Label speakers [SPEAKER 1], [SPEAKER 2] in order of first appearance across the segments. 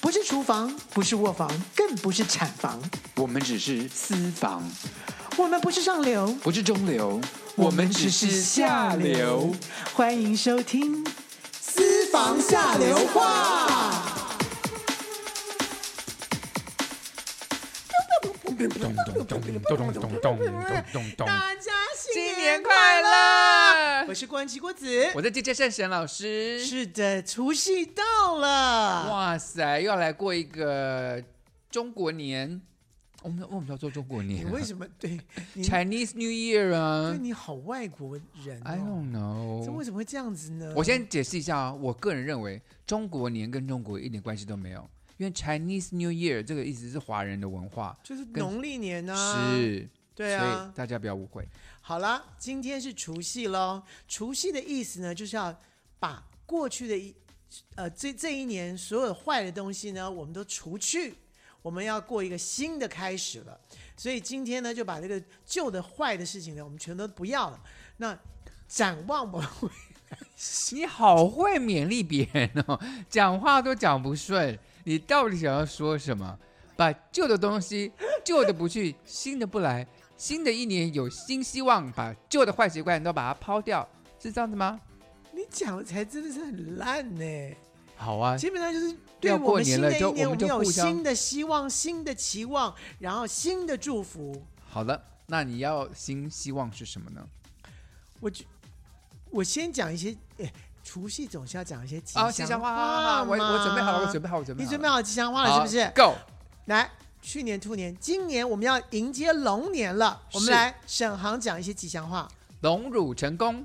[SPEAKER 1] 不是厨房，不是卧房，更不是产房，
[SPEAKER 2] 我们只是私房，
[SPEAKER 1] 我们不是上流，
[SPEAKER 2] 不是中流，
[SPEAKER 1] 我们只是下流。欢迎收听《私房下流话》。
[SPEAKER 3] 咚咚咚咚咚咚咚咚咚。
[SPEAKER 1] 大家新
[SPEAKER 4] 新年快！乐！
[SPEAKER 1] 我是关奇郭子。
[SPEAKER 4] 我在姐姐圣神老师。
[SPEAKER 1] 是的，除夕到了，
[SPEAKER 4] 哇塞，又要来过一个中国年。我们我们要做中国
[SPEAKER 1] 你
[SPEAKER 4] 年啊
[SPEAKER 1] 为什么对你？
[SPEAKER 4] ，Chinese New Year
[SPEAKER 1] 对
[SPEAKER 4] 啊
[SPEAKER 1] 你好外国人
[SPEAKER 4] ？I
[SPEAKER 1] 哦，
[SPEAKER 4] don't
[SPEAKER 1] 这
[SPEAKER 4] know
[SPEAKER 1] 为。什么会这样子呢？
[SPEAKER 4] 我先解释一下啊，我个人认为中国年跟中国一点关系都没有，因为 Chinese New Year 这个意思是华人的文化，
[SPEAKER 1] 就是
[SPEAKER 4] 跟
[SPEAKER 1] 农历年呢、啊，，
[SPEAKER 4] 是，
[SPEAKER 1] 对
[SPEAKER 4] 所
[SPEAKER 1] 啊
[SPEAKER 4] 以。大家不要误会。
[SPEAKER 1] 好啦，今天是除夕喽。除夕的意思呢，就是要把过去的一呃这这一年所有坏的东西呢，我们都除去，我们要过一个新的开始了。所以今天呢，就把这个旧的坏的事情呢，我们全都不要了。那展望我们 会
[SPEAKER 4] 你好会勉励别人哦， 讲话都讲不顺，你到底想要说什么？把旧的东西， 旧的不去，新的不来，新的一年有新希望，把旧的坏习惯都把它抛掉，是这样子吗？
[SPEAKER 1] 你讲的才真的是很烂呢、
[SPEAKER 4] 好啊，
[SPEAKER 1] 基本上就是对
[SPEAKER 4] 要
[SPEAKER 1] 我
[SPEAKER 4] 过
[SPEAKER 1] 们
[SPEAKER 4] 年
[SPEAKER 1] 新
[SPEAKER 4] 了
[SPEAKER 1] 的一
[SPEAKER 4] 就
[SPEAKER 1] 年，
[SPEAKER 4] 我
[SPEAKER 1] 我们
[SPEAKER 4] 们就
[SPEAKER 1] 有
[SPEAKER 4] 互相
[SPEAKER 1] 新的希望、新的期望，然后新的祝福。
[SPEAKER 4] 好了，那你要新希望是什么呢？
[SPEAKER 1] 我就我先讲一些，哎，除夕总是要讲一些吉
[SPEAKER 4] 啊，吉
[SPEAKER 1] 祥
[SPEAKER 4] 祥
[SPEAKER 1] 话
[SPEAKER 4] 话，
[SPEAKER 1] 嘛。
[SPEAKER 4] 好好我我准备好了，我准备好，我准备
[SPEAKER 1] 你
[SPEAKER 4] 好了，
[SPEAKER 1] 准备好吉祥话了
[SPEAKER 4] 好
[SPEAKER 1] 是不是？
[SPEAKER 4] ？Go，
[SPEAKER 1] 来，去年兔年，今年我们要迎接龙年了，我们
[SPEAKER 4] 是
[SPEAKER 1] 来沈航讲一些吉祥话。
[SPEAKER 4] 荣辱成功。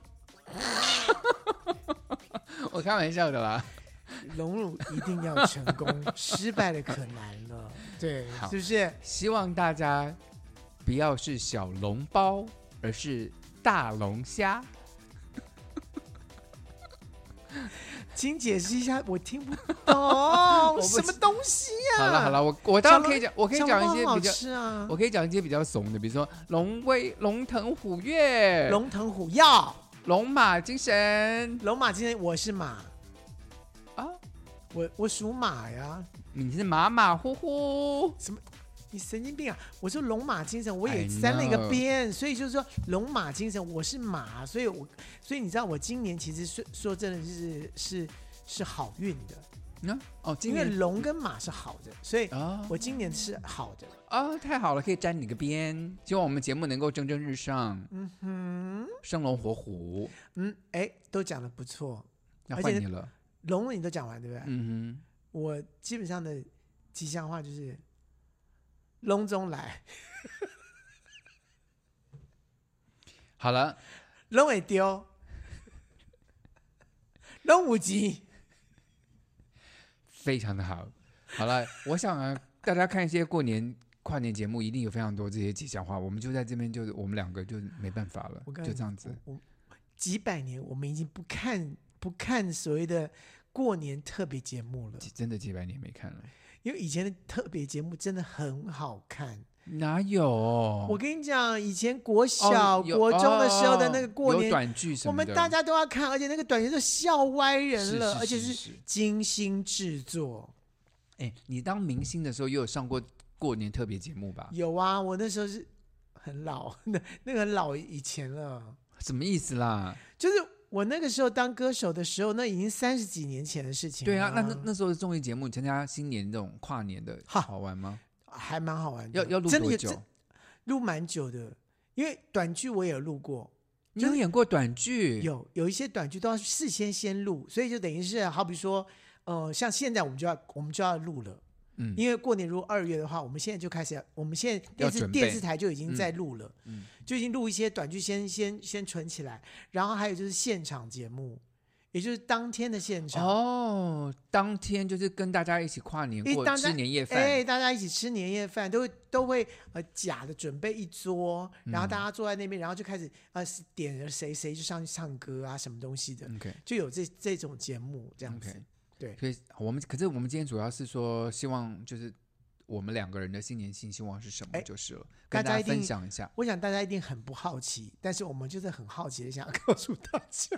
[SPEAKER 4] 我开玩笑的啦，
[SPEAKER 1] 荣辱一定要成 功，失败了可难了，对，
[SPEAKER 4] 好
[SPEAKER 1] 是不是？
[SPEAKER 4] 希望大家不要是小笼包，而是大龙虾。
[SPEAKER 1] 请解释一下，我听 不懂
[SPEAKER 4] 不
[SPEAKER 1] 什么东西呀、
[SPEAKER 4] 好了好了，我
[SPEAKER 1] 小
[SPEAKER 4] 我当然
[SPEAKER 1] 笼
[SPEAKER 4] 可以讲，我可
[SPEAKER 1] 嗯
[SPEAKER 4] 以
[SPEAKER 1] 小
[SPEAKER 4] 讲一
[SPEAKER 1] 笼包
[SPEAKER 4] 些
[SPEAKER 1] 很好
[SPEAKER 4] 比较，
[SPEAKER 1] 吃啊
[SPEAKER 4] 我，可以讲一些比较怂的，比如说龙威、龙腾虎跃、龙
[SPEAKER 1] 龙腾虎跃，
[SPEAKER 4] 龙马精神
[SPEAKER 1] 龙马今天我是马，
[SPEAKER 4] 啊，
[SPEAKER 1] 我我属马呀，
[SPEAKER 4] 你是马马虎虎。
[SPEAKER 1] 你神经病啊！我说龙马精神，我
[SPEAKER 4] I
[SPEAKER 1] 也
[SPEAKER 4] know
[SPEAKER 1] 沾了一个边，所以就是说龙马精神，我是马，所以我所以你知道我今年其实说说真的是是是好运的，
[SPEAKER 4] 嗯、哦，今
[SPEAKER 1] 因为
[SPEAKER 4] 天
[SPEAKER 1] 龙跟马是好的，所以
[SPEAKER 4] 啊
[SPEAKER 1] 我今年是好的。
[SPEAKER 4] 啊，太好了，可以沾你个边，希望我们节目能够蒸蒸日上，
[SPEAKER 1] 嗯哼，
[SPEAKER 4] 生龙活虎。
[SPEAKER 1] 嗯，哎，都讲的不错，
[SPEAKER 4] 要
[SPEAKER 1] 而
[SPEAKER 4] 换
[SPEAKER 1] 且
[SPEAKER 4] 你了，
[SPEAKER 1] 龙你都讲完对不对？
[SPEAKER 4] 嗯
[SPEAKER 1] 我基本上的吉祥话就是龙中来，
[SPEAKER 4] 哼，好了，
[SPEAKER 1] 龙会丢， 龙五级。
[SPEAKER 4] 非常的好。好了，我想啊，大家看一些过年跨年节目，一定有非常多这些吉祥话。我们就在这边就，是我们两个就没办法了
[SPEAKER 1] 我，跟
[SPEAKER 4] 就这样子。
[SPEAKER 1] 我几百年我们已经不看不看所谓的过年特别节目了，
[SPEAKER 4] 几真的几百年没看了，
[SPEAKER 1] 因为以前的特别节目真的很好看。
[SPEAKER 4] 哪有？
[SPEAKER 1] 我
[SPEAKER 4] 我
[SPEAKER 1] 跟你讲，以前国小、
[SPEAKER 4] 哦
[SPEAKER 1] 国中的时候的那个过年，
[SPEAKER 4] 短剧什
[SPEAKER 1] 我
[SPEAKER 4] 么的，
[SPEAKER 1] 们大家都要看，而且那个短剧都笑歪人了，
[SPEAKER 4] 是是
[SPEAKER 1] 而且
[SPEAKER 4] 是
[SPEAKER 1] 是
[SPEAKER 4] 是
[SPEAKER 1] 精心制作。
[SPEAKER 4] 哎、你当明星的时候也有上过过年特别节目吧？
[SPEAKER 1] 有啊，我那时候是很老， 那那个很老以前了，
[SPEAKER 4] 什么意思啦？
[SPEAKER 1] 就是我那个时候当歌手的时候，那已经三十几年前的事情了。
[SPEAKER 4] 对啊，那那那时候的综艺节目，你参加新年这种跨年的，
[SPEAKER 1] 哈
[SPEAKER 4] 好玩吗？
[SPEAKER 1] 还蛮好玩的，
[SPEAKER 4] 要要录
[SPEAKER 1] 真的
[SPEAKER 4] 多
[SPEAKER 1] 有
[SPEAKER 4] 久
[SPEAKER 1] 真？录蛮久的，因为短剧我也有录过，
[SPEAKER 4] 你有演过短剧？
[SPEAKER 1] 有有一些短剧都要事先先录，所以就等于是好比说，呃，像现在我们就要我们就要录了，
[SPEAKER 4] 嗯
[SPEAKER 1] 因为过年如果二月的话，我们现在就开始要，我们现在
[SPEAKER 4] 要
[SPEAKER 1] 电视
[SPEAKER 4] 准备
[SPEAKER 1] 电视台就已经在录了，
[SPEAKER 4] 嗯
[SPEAKER 1] 就已经录一些短剧先先先存起来，然后还有就是现场节目，也就是当天的现场，
[SPEAKER 4] 哦，当天就是跟大家一起跨年
[SPEAKER 1] 一
[SPEAKER 4] 过
[SPEAKER 1] 当
[SPEAKER 4] 吃
[SPEAKER 1] 天
[SPEAKER 4] 年夜饭，
[SPEAKER 1] 哎，大家一起吃年夜饭，都会都会呃假的准备一桌，然
[SPEAKER 4] 嗯
[SPEAKER 1] 后大家坐在那边，然后就开始呃是点了谁谁就上去唱歌啊，什么东西的，
[SPEAKER 4] OK
[SPEAKER 1] 就有这这种节目这样子。
[SPEAKER 4] 嗯 OK，
[SPEAKER 1] 对
[SPEAKER 4] 所以我们可是我们今天主要是说，希望就是我们两个人的新年新希望是什么，
[SPEAKER 1] 哎
[SPEAKER 4] 就是了，
[SPEAKER 1] 大
[SPEAKER 4] 跟
[SPEAKER 1] 家一
[SPEAKER 4] 家分
[SPEAKER 1] 定
[SPEAKER 4] 享一下。
[SPEAKER 1] 我想大家一定很不好奇，但是我们就是很好奇的想要 告诉大家，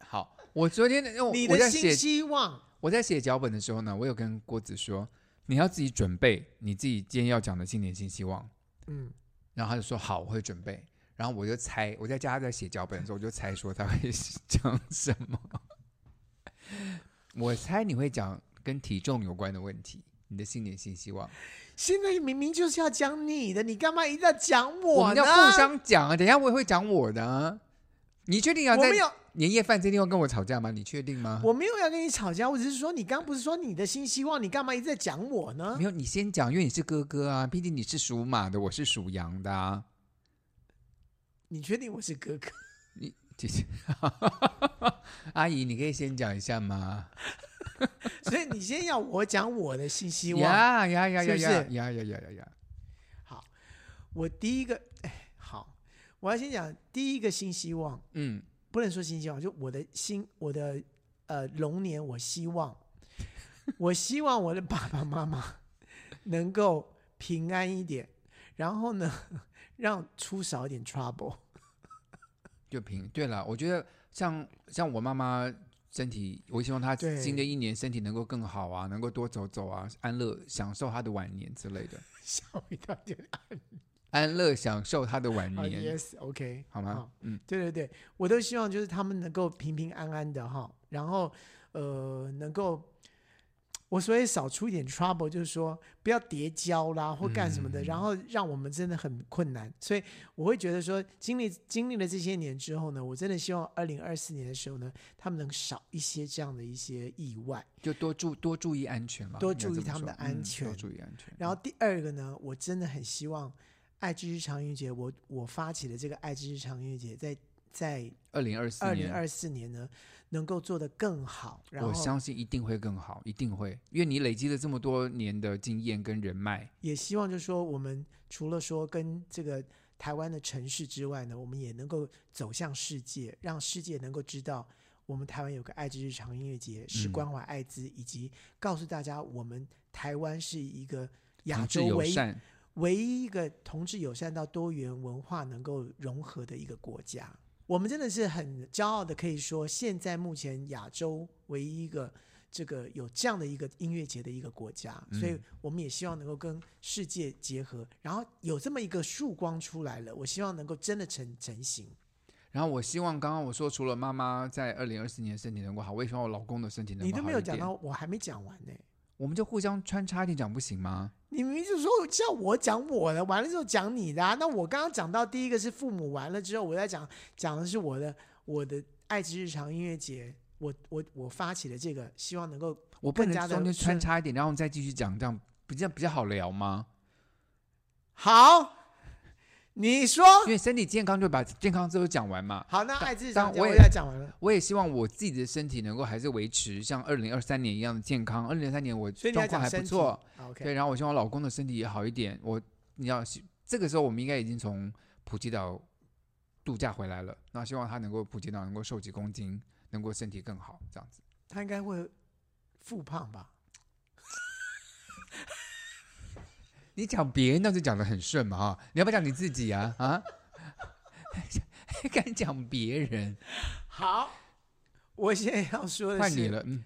[SPEAKER 4] 好，我昨天因为我
[SPEAKER 1] 你
[SPEAKER 4] 我
[SPEAKER 1] 的
[SPEAKER 4] 在
[SPEAKER 1] 新
[SPEAKER 4] 写
[SPEAKER 1] 希望，
[SPEAKER 4] 我在写脚本的时候呢，我有跟郭子说，你要自己准备你自己今天要讲的新年新希望。
[SPEAKER 1] 嗯，
[SPEAKER 4] 然后他就说好，我会准备。然后我就猜，我在家在写脚本的时候，我就猜说他会 讲什么。我猜你会讲跟体重有关的问题，你的新年新希望。
[SPEAKER 1] 现在明明就是要讲你的，你干嘛一定要讲
[SPEAKER 4] 我
[SPEAKER 1] 我
[SPEAKER 4] 们
[SPEAKER 1] 呢？
[SPEAKER 4] 要互相讲啊，等一下我也会讲我的、啊。你确定要
[SPEAKER 1] 我
[SPEAKER 4] 在
[SPEAKER 1] 没有，
[SPEAKER 4] 年夜饭这地方跟我吵架吗？你确定吗？
[SPEAKER 1] 我没有要跟你吵架，我只是说你刚不是说你的新希望，你干嘛一直在讲我呢
[SPEAKER 4] 没？有，你先讲，因为你是哥哥啊，毕竟你是属马的，我是属羊的啊。
[SPEAKER 1] 你确定我是哥 哥？
[SPEAKER 4] 谢谢， 阿姨，你可以先讲一下吗？
[SPEAKER 1] 所以你先要我讲我的新希望。
[SPEAKER 4] 呀呀呀
[SPEAKER 1] 是
[SPEAKER 4] 呀
[SPEAKER 1] 不
[SPEAKER 4] 呀
[SPEAKER 1] 是
[SPEAKER 4] 呀呀呀呀呀！
[SPEAKER 1] 好，我第一个，哎，好，我要先讲第一个新希望，
[SPEAKER 4] 嗯，
[SPEAKER 1] 不能说新希望，就我的新我的呃龙年，我希望，我希望我的爸爸妈妈能够平安一点，然后呢，让出少一点 trouble。
[SPEAKER 4] 就平。对了，我觉得像像我妈妈身体，我希望她
[SPEAKER 1] 对
[SPEAKER 4] 新的一年身体能够更好啊，能够多走走啊，安乐享受她的晚年之类 的，
[SPEAKER 1] 吓我一跳，有点
[SPEAKER 4] 安乐享受她的晚
[SPEAKER 1] 啊
[SPEAKER 4] 年，
[SPEAKER 1] ，yes，OK，、
[SPEAKER 4] 好吗？嗯，
[SPEAKER 1] 对对对，我都希望就是他们能够平平安安的哈，然后呃能够，我所以少出一点 trouble，就是说不要叠交啦或干什么的，然后让我们真的很困难。所以我会觉得说，经历经历了这些年之后呢，我真的希望二零二四年的时候呢，他们能少一些这样的一些意外。
[SPEAKER 4] 就多注多注意安全了，
[SPEAKER 1] 多
[SPEAKER 4] 应该这
[SPEAKER 1] 注意
[SPEAKER 4] 么
[SPEAKER 1] 他们
[SPEAKER 4] 说
[SPEAKER 1] 的安
[SPEAKER 4] 嗯
[SPEAKER 1] 全
[SPEAKER 4] 多注意安全。
[SPEAKER 1] 然后第二个呢，我真的很希望爱之日长音乐节，我我发起的这个爱之日长音乐节，在在
[SPEAKER 4] 二零二四
[SPEAKER 1] 二
[SPEAKER 4] 年
[SPEAKER 1] 零二四年呢，能够做得更好。然
[SPEAKER 4] 我
[SPEAKER 1] 后
[SPEAKER 4] 相信一定会更好，一定会，因为你累积了这么多年的经验跟人脉，
[SPEAKER 1] 也希望就是说，我们除了说跟这个台湾的城市之外呢，我们也能够走向世界，让世界能够知道我们台湾有个爱之日常音乐节，是
[SPEAKER 4] 嗯
[SPEAKER 1] 关怀艾滋，以及告诉大家我们台湾是一个亚
[SPEAKER 4] 同志
[SPEAKER 1] 洲
[SPEAKER 4] 友
[SPEAKER 1] 唯一
[SPEAKER 4] 善。
[SPEAKER 1] 唯一一个同志友善到多元文化能够融合的一个国家。我们真的是很骄傲的，可以说现在目前亚洲唯一一个这个有这样的一个音乐节的一个国家，
[SPEAKER 4] 嗯
[SPEAKER 1] 所以我们也希望能够跟世界结合，然后有这么一个曙光出来了，我希望能够真的成成型。
[SPEAKER 4] 然后我希望刚刚我说，除了妈妈在二零二四年身体能够好，我也希望我老公的身体能够好
[SPEAKER 1] 你都没有
[SPEAKER 4] 一
[SPEAKER 1] 讲
[SPEAKER 4] 点
[SPEAKER 1] 到，，我还没讲完呢、
[SPEAKER 4] 我们就互相穿插一点讲不行吗？
[SPEAKER 1] 你明明就说叫我讲我的，完了之后讲你的、啊。那我刚刚讲到第一个是父母，完了之后我在讲讲的是我的我的爱之日常音乐节，我我我发起的这个，希望能够
[SPEAKER 4] 我不
[SPEAKER 1] 更加
[SPEAKER 4] 能
[SPEAKER 1] 地
[SPEAKER 4] 中间穿
[SPEAKER 1] 顺
[SPEAKER 4] 插一点，然后再继续讲，这样比较比较好聊吗？
[SPEAKER 1] 好。你说
[SPEAKER 4] 因为身体健康就把健康之后讲完嘛。
[SPEAKER 1] 好，那爱之日
[SPEAKER 4] 当
[SPEAKER 1] 常
[SPEAKER 4] 我
[SPEAKER 1] 我
[SPEAKER 4] 也
[SPEAKER 1] 要讲完了，
[SPEAKER 4] 我也希望我自己的身体能够还是维持像二零二三年一样的健康。二零二三年我
[SPEAKER 1] 所以你要讲
[SPEAKER 4] 状况还不
[SPEAKER 1] 身体。
[SPEAKER 4] 错，
[SPEAKER 1] o k
[SPEAKER 4] 对，然后我希望我老公的身体也好一点。我你要是这个时候，我们应该已经从普吉岛度假回来了，那希望他能够普吉岛能够瘦几公斤，能够身体更好，这样子。
[SPEAKER 1] 他应该会复胖吧？
[SPEAKER 4] 你讲别人倒是讲的很顺嘛哈，你要不要讲你自己啊啊？ 还敢讲别人，
[SPEAKER 1] 好，我现在要说的
[SPEAKER 4] 换你
[SPEAKER 1] 是，
[SPEAKER 4] 了，嗯，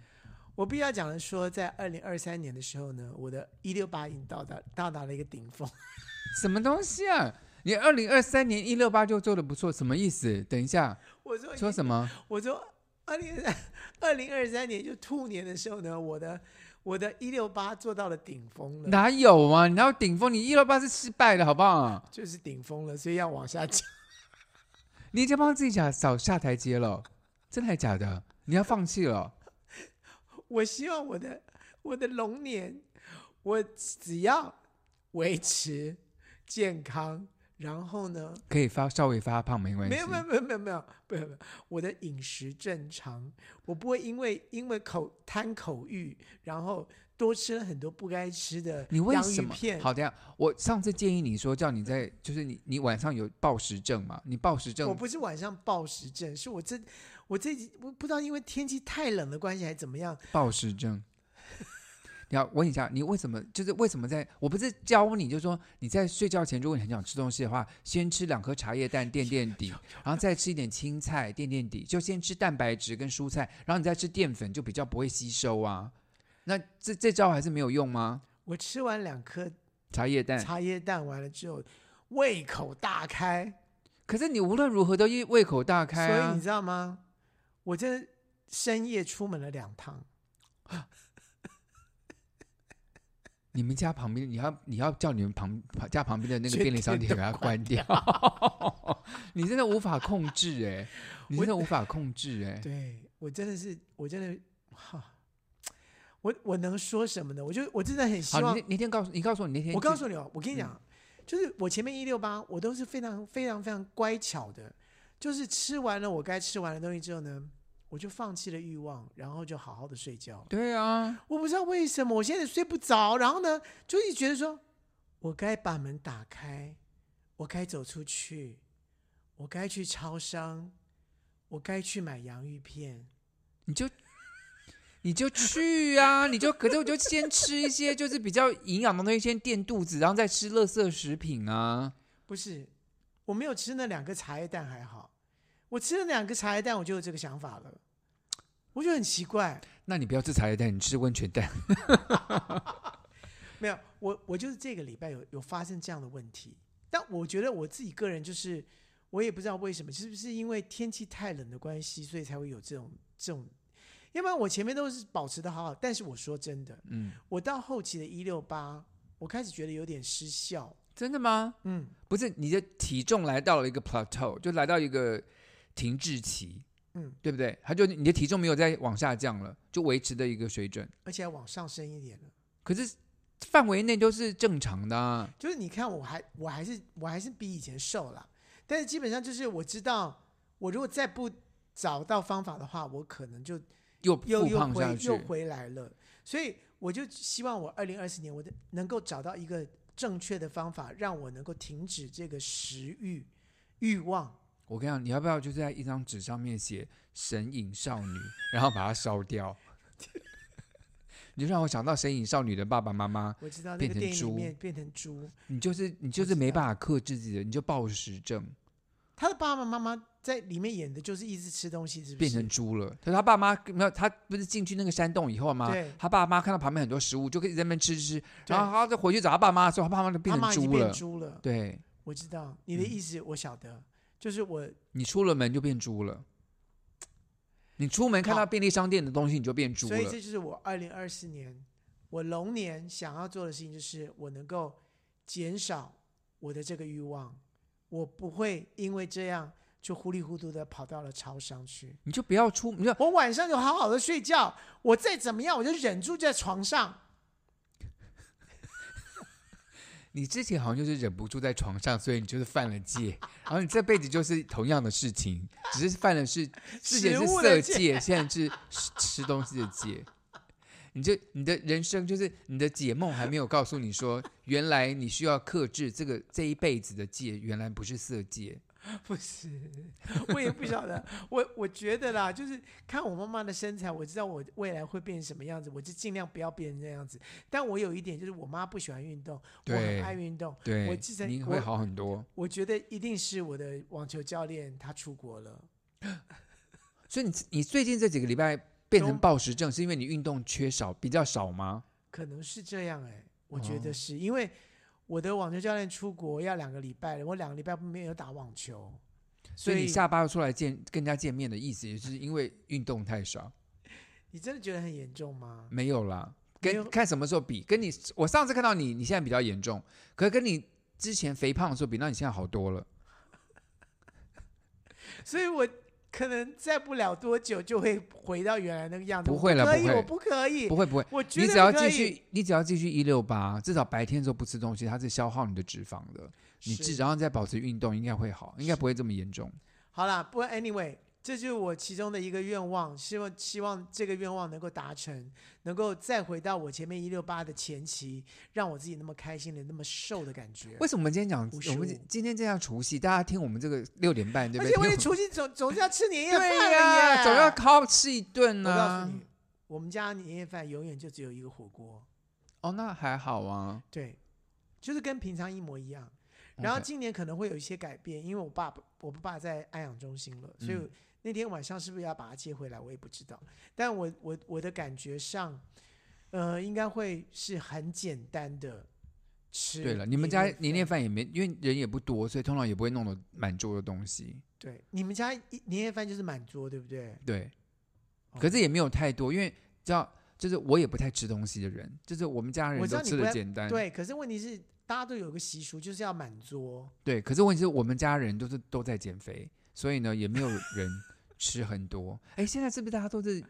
[SPEAKER 1] 我必须要讲的说，在二零二三年的时候呢，我的一六八已经到达到达了一个顶峰。
[SPEAKER 4] 什么东西啊？你二零二三年一六八就做的不错，什么意思？等一下，
[SPEAKER 1] 我说
[SPEAKER 4] 说什么？
[SPEAKER 1] 我说二零二零二三年就兔年的时候呢，我的我的一六八做到了顶峰了，
[SPEAKER 4] 哪有啊？你哪有顶峰？你一六八是失败的，好不好？
[SPEAKER 1] 就是顶峰了，所以要往下讲。
[SPEAKER 4] 你已经帮自己下找下台阶了，真的还假的？你要放弃了？
[SPEAKER 1] 我希望我的我的龙年，我只要维持健康，然后呢，
[SPEAKER 4] 可以发稍微发胖没关系，
[SPEAKER 1] 没有没有没有没有没有没有没有，我的饮食正常，我不会因为因为口贪口欲，然后多吃了很多不该吃的
[SPEAKER 4] 你为
[SPEAKER 1] 洋
[SPEAKER 4] 什
[SPEAKER 1] 芋
[SPEAKER 4] 么
[SPEAKER 1] 片。？
[SPEAKER 4] 好，这样我上次建议你说叫你在，就是你你晚上有暴食症嘛？你暴食
[SPEAKER 1] 我
[SPEAKER 4] 症
[SPEAKER 1] 不是晚上暴食症，是我这我这我不知道，因为天气太冷的关系还怎么样，
[SPEAKER 4] 暴食症， 你要问一下，你为什么就是为什么在我不是教你，就是说你在睡觉前，如果你很想吃东西的话，先吃两颗茶叶蛋垫垫 底，然后再吃一点青菜垫垫底，就先吃蛋白质跟蔬菜，然后你再吃淀粉，就比较不会吸收啊。那这这招还是没有用吗？
[SPEAKER 1] 我吃完两颗
[SPEAKER 4] 茶叶蛋，
[SPEAKER 1] 茶叶蛋完了之后，胃口大开，
[SPEAKER 4] 可是你无论如何都一胃口大开
[SPEAKER 1] 所以
[SPEAKER 4] 啊
[SPEAKER 1] 你。知道吗？我真的深夜出门了两趟，
[SPEAKER 4] 你们家旁边，你要你要叫你们旁 家旁边的那
[SPEAKER 1] 全
[SPEAKER 4] 个便利商
[SPEAKER 1] 店
[SPEAKER 4] 店
[SPEAKER 1] 都
[SPEAKER 4] 给它关掉， 你真的无法控制哎、你真的无法控制 哎、
[SPEAKER 1] 对我真的是，我真的哈，我我能说什么呢？我就我真的很希
[SPEAKER 4] 好，
[SPEAKER 1] 望
[SPEAKER 4] 你那那天告诉你告诉我你那天
[SPEAKER 1] 我告
[SPEAKER 4] 你
[SPEAKER 1] 诉你哦，我跟你讲，就是我前面一六八，我都是非常非常非常乖巧的，就是吃完了我该吃完的东西之后呢，我就放弃了欲望，然后就好好的睡觉。
[SPEAKER 4] 对啊，
[SPEAKER 1] 我不知道为什么我现在睡不着，然后呢，就一直觉得说，我该把门打开，我该走出去，我该去超商，我该去买洋芋片。
[SPEAKER 4] 你就你就去啊，你就可是我就先吃一些就是比较营养的东西，先垫肚子，然后再吃垃圾食品啊。
[SPEAKER 1] 不是，我没有吃那两个茶叶蛋还好，我吃了两个茶叶蛋，我就有这个想法了，我就很奇怪。
[SPEAKER 4] 那你不要吃茶叶蛋，你吃温泉蛋。
[SPEAKER 1] 没有，我我就是这个礼拜有有发生这样的问题，但我觉得我自己个人就是，我也不知道为什么，是不是因为天气太冷的关系，所以才会有这种这种，要不然我前面都是保持的好好，但是我说真的，
[SPEAKER 4] 嗯，
[SPEAKER 1] 我到后期的一六八，我开始觉得有点失效，
[SPEAKER 4] 真的吗？
[SPEAKER 1] 嗯，
[SPEAKER 4] 不是你的体重来到了一个 plateau，就来到一个停滞期，
[SPEAKER 1] 嗯，
[SPEAKER 4] 对不对？它就你的体重没有再往下降了，就维持的一个水准，
[SPEAKER 1] 而且还往上升一点了。
[SPEAKER 4] 可是范围内都是正常的、啊。
[SPEAKER 1] 就是你看，我还我还是我还是比以前瘦了，但是基本上就是我知道，我如果再不找到方法的话，我可能就
[SPEAKER 4] 又
[SPEAKER 1] 又
[SPEAKER 4] 复
[SPEAKER 1] 又
[SPEAKER 4] 胖下
[SPEAKER 1] 回
[SPEAKER 4] 去，
[SPEAKER 1] 又回来了。所以我就希望我二零二四年我的能够找到一个正确的方法，让我能够停止这个食欲欲望。
[SPEAKER 4] 我跟你讲，你要不要就在一张纸上面写“神隐少女”， 然后把它烧掉？ 你就让我想到《神隐少女》的爸爸妈妈，
[SPEAKER 1] 我知道那
[SPEAKER 4] 变
[SPEAKER 1] 个
[SPEAKER 4] 成
[SPEAKER 1] 电影里
[SPEAKER 4] 猪
[SPEAKER 1] 面变成猪，
[SPEAKER 4] 你就是你就
[SPEAKER 1] 我
[SPEAKER 4] 是
[SPEAKER 1] 知
[SPEAKER 4] 没
[SPEAKER 1] 道
[SPEAKER 4] 办法克制自己的，你就暴食症，
[SPEAKER 1] 他的爸爸妈妈在里面演的就是一直吃东西，是不
[SPEAKER 4] 变
[SPEAKER 1] 是
[SPEAKER 4] 成？猪了。可是他爸妈没有，他不是进去那个山洞以后吗
[SPEAKER 1] 对？
[SPEAKER 4] 他爸妈看到旁边很多食物，就可以在那边吃吃。
[SPEAKER 1] 对
[SPEAKER 4] 然后他再回去找他爸妈的时候，他爸妈就变
[SPEAKER 1] 他妈
[SPEAKER 4] 成
[SPEAKER 1] 已经
[SPEAKER 4] 猪
[SPEAKER 1] 变
[SPEAKER 4] 了。
[SPEAKER 1] 猪了。
[SPEAKER 4] 对
[SPEAKER 1] 我知道你的
[SPEAKER 4] 嗯
[SPEAKER 1] 意思，我晓得，就是我
[SPEAKER 4] 你出了门就变猪了，你出门看
[SPEAKER 1] 好
[SPEAKER 4] 到便利商店的东西你就变猪
[SPEAKER 1] 所以
[SPEAKER 4] 了
[SPEAKER 1] 这。就是我二零二四年，我龙年想要做的事情，就是我能够减少我的这个欲望，我不会因为这样就糊里糊涂的跑到了超商去。
[SPEAKER 4] 你就不要出，你就
[SPEAKER 1] 我晚上就好好的睡觉，我再怎么样，我就忍住在床上。
[SPEAKER 4] 你之前好像就是忍不住在床上，所以你就是犯了戒，然后你这辈子就是同样的事情，只是犯的是之
[SPEAKER 1] 食
[SPEAKER 4] 前是
[SPEAKER 1] 物
[SPEAKER 4] 色
[SPEAKER 1] 的戒
[SPEAKER 4] 戒，现在是吃吃东西的戒。你这你的人生就是你的解梦还没有告诉你说，原来你需要克制这个这一辈子的戒，原来不是色戒。
[SPEAKER 1] 不是，我也不晓得，我我觉得啦，就是看我妈妈的身材，我知道我未来会变成什么样子，我就尽量不要变成那样子。但我有一点就是，我妈不喜欢运动，我很
[SPEAKER 4] 对
[SPEAKER 1] 爱运动，
[SPEAKER 4] 对，
[SPEAKER 1] 我记得
[SPEAKER 4] 你
[SPEAKER 1] 我
[SPEAKER 4] 会好很多。
[SPEAKER 1] 我觉得一定是我的网球教练他出国了，
[SPEAKER 4] 所以你你最近这几个礼拜变成
[SPEAKER 1] 都
[SPEAKER 4] 暴食症，是因为你运动缺少比较少吗？
[SPEAKER 1] 可能是这样哎、我觉得
[SPEAKER 4] 哦
[SPEAKER 1] 是、因为我的网球教练出国要两个礼拜了，我两个礼拜没有打网球，
[SPEAKER 4] 所
[SPEAKER 1] 所
[SPEAKER 4] 以你下巴出来见跟人家见面的意思，也是因为运动太少。
[SPEAKER 1] 你真的觉得很严重吗？
[SPEAKER 4] 没有啦，
[SPEAKER 1] 没
[SPEAKER 4] 跟
[SPEAKER 1] 有
[SPEAKER 4] 看什么时候比，跟你我上次看到你，你现在比较严重，可是跟你之前肥胖的时候比，那你现在好多了。
[SPEAKER 1] 所以我可能再不了多久就会回到原来那个样子。
[SPEAKER 4] 不会了
[SPEAKER 1] 我可以，
[SPEAKER 4] 不会
[SPEAKER 1] 我不可以，
[SPEAKER 4] 不会不会，
[SPEAKER 1] 我绝
[SPEAKER 4] 你
[SPEAKER 1] 对
[SPEAKER 4] 只要
[SPEAKER 1] 不可
[SPEAKER 4] 继
[SPEAKER 1] 以
[SPEAKER 4] 续，你只要继续一六八，至少白天的时候不吃东西，它是消耗你的脂肪的。你
[SPEAKER 1] 是
[SPEAKER 4] 至少再保持运动，应该会好，应该不会这么严重。
[SPEAKER 1] 好啦，不过 anyway，这就是我其中的一个愿望，希望希望这个愿望能够达成，能够再回到我前面一六八的前期，让我自己那么开心的、那么瘦的感觉。
[SPEAKER 4] 为什么我们今天讲
[SPEAKER 1] 55
[SPEAKER 4] 我们今今天这样除夕，大家听我们这个六点半对
[SPEAKER 1] 而
[SPEAKER 4] 不对？
[SPEAKER 1] 且我
[SPEAKER 4] 听
[SPEAKER 1] 也
[SPEAKER 4] 我
[SPEAKER 1] 出去总总是要吃年夜饭
[SPEAKER 4] 对
[SPEAKER 1] 了
[SPEAKER 4] 呀、
[SPEAKER 1] 耶
[SPEAKER 4] 总要好好吃一顿
[SPEAKER 1] 我告诉
[SPEAKER 4] 啊
[SPEAKER 1] 你！，我们家年夜饭永远就只有一个火锅，
[SPEAKER 4] 哦，那还好啊。
[SPEAKER 1] 对，就是跟平常一模一样。然后
[SPEAKER 4] OK
[SPEAKER 1] 今年可能会有一些改变，因为我爸我爸爸在安养中心了，所以
[SPEAKER 4] 嗯
[SPEAKER 1] 那天晚上是不是要把他接回来，我也不知道。但我我我的感觉上，呃，应该会是很简单的吃。
[SPEAKER 4] 对了，你们家年夜
[SPEAKER 1] 饭
[SPEAKER 4] 饭也没，因为人也不多，所以通常也不会弄得满桌的东西。
[SPEAKER 1] 对，你们家一年夜饭就是满桌，对不对？
[SPEAKER 4] 对，
[SPEAKER 1] 哦
[SPEAKER 4] 可是也没有太多，因为知道，就是我也不太吃东西的人，就是我们家
[SPEAKER 1] 我
[SPEAKER 4] 人
[SPEAKER 1] 知道
[SPEAKER 4] 都
[SPEAKER 1] 你
[SPEAKER 4] 吃
[SPEAKER 1] 不
[SPEAKER 4] 的
[SPEAKER 1] 太
[SPEAKER 4] 简单。
[SPEAKER 1] 对，可是问题是大家都有个习俗，就是要满桌。
[SPEAKER 4] 对，可是问题是我们家人都是都在减肥，所以呢也没有人 吃很多。哎，现在是不是大家都是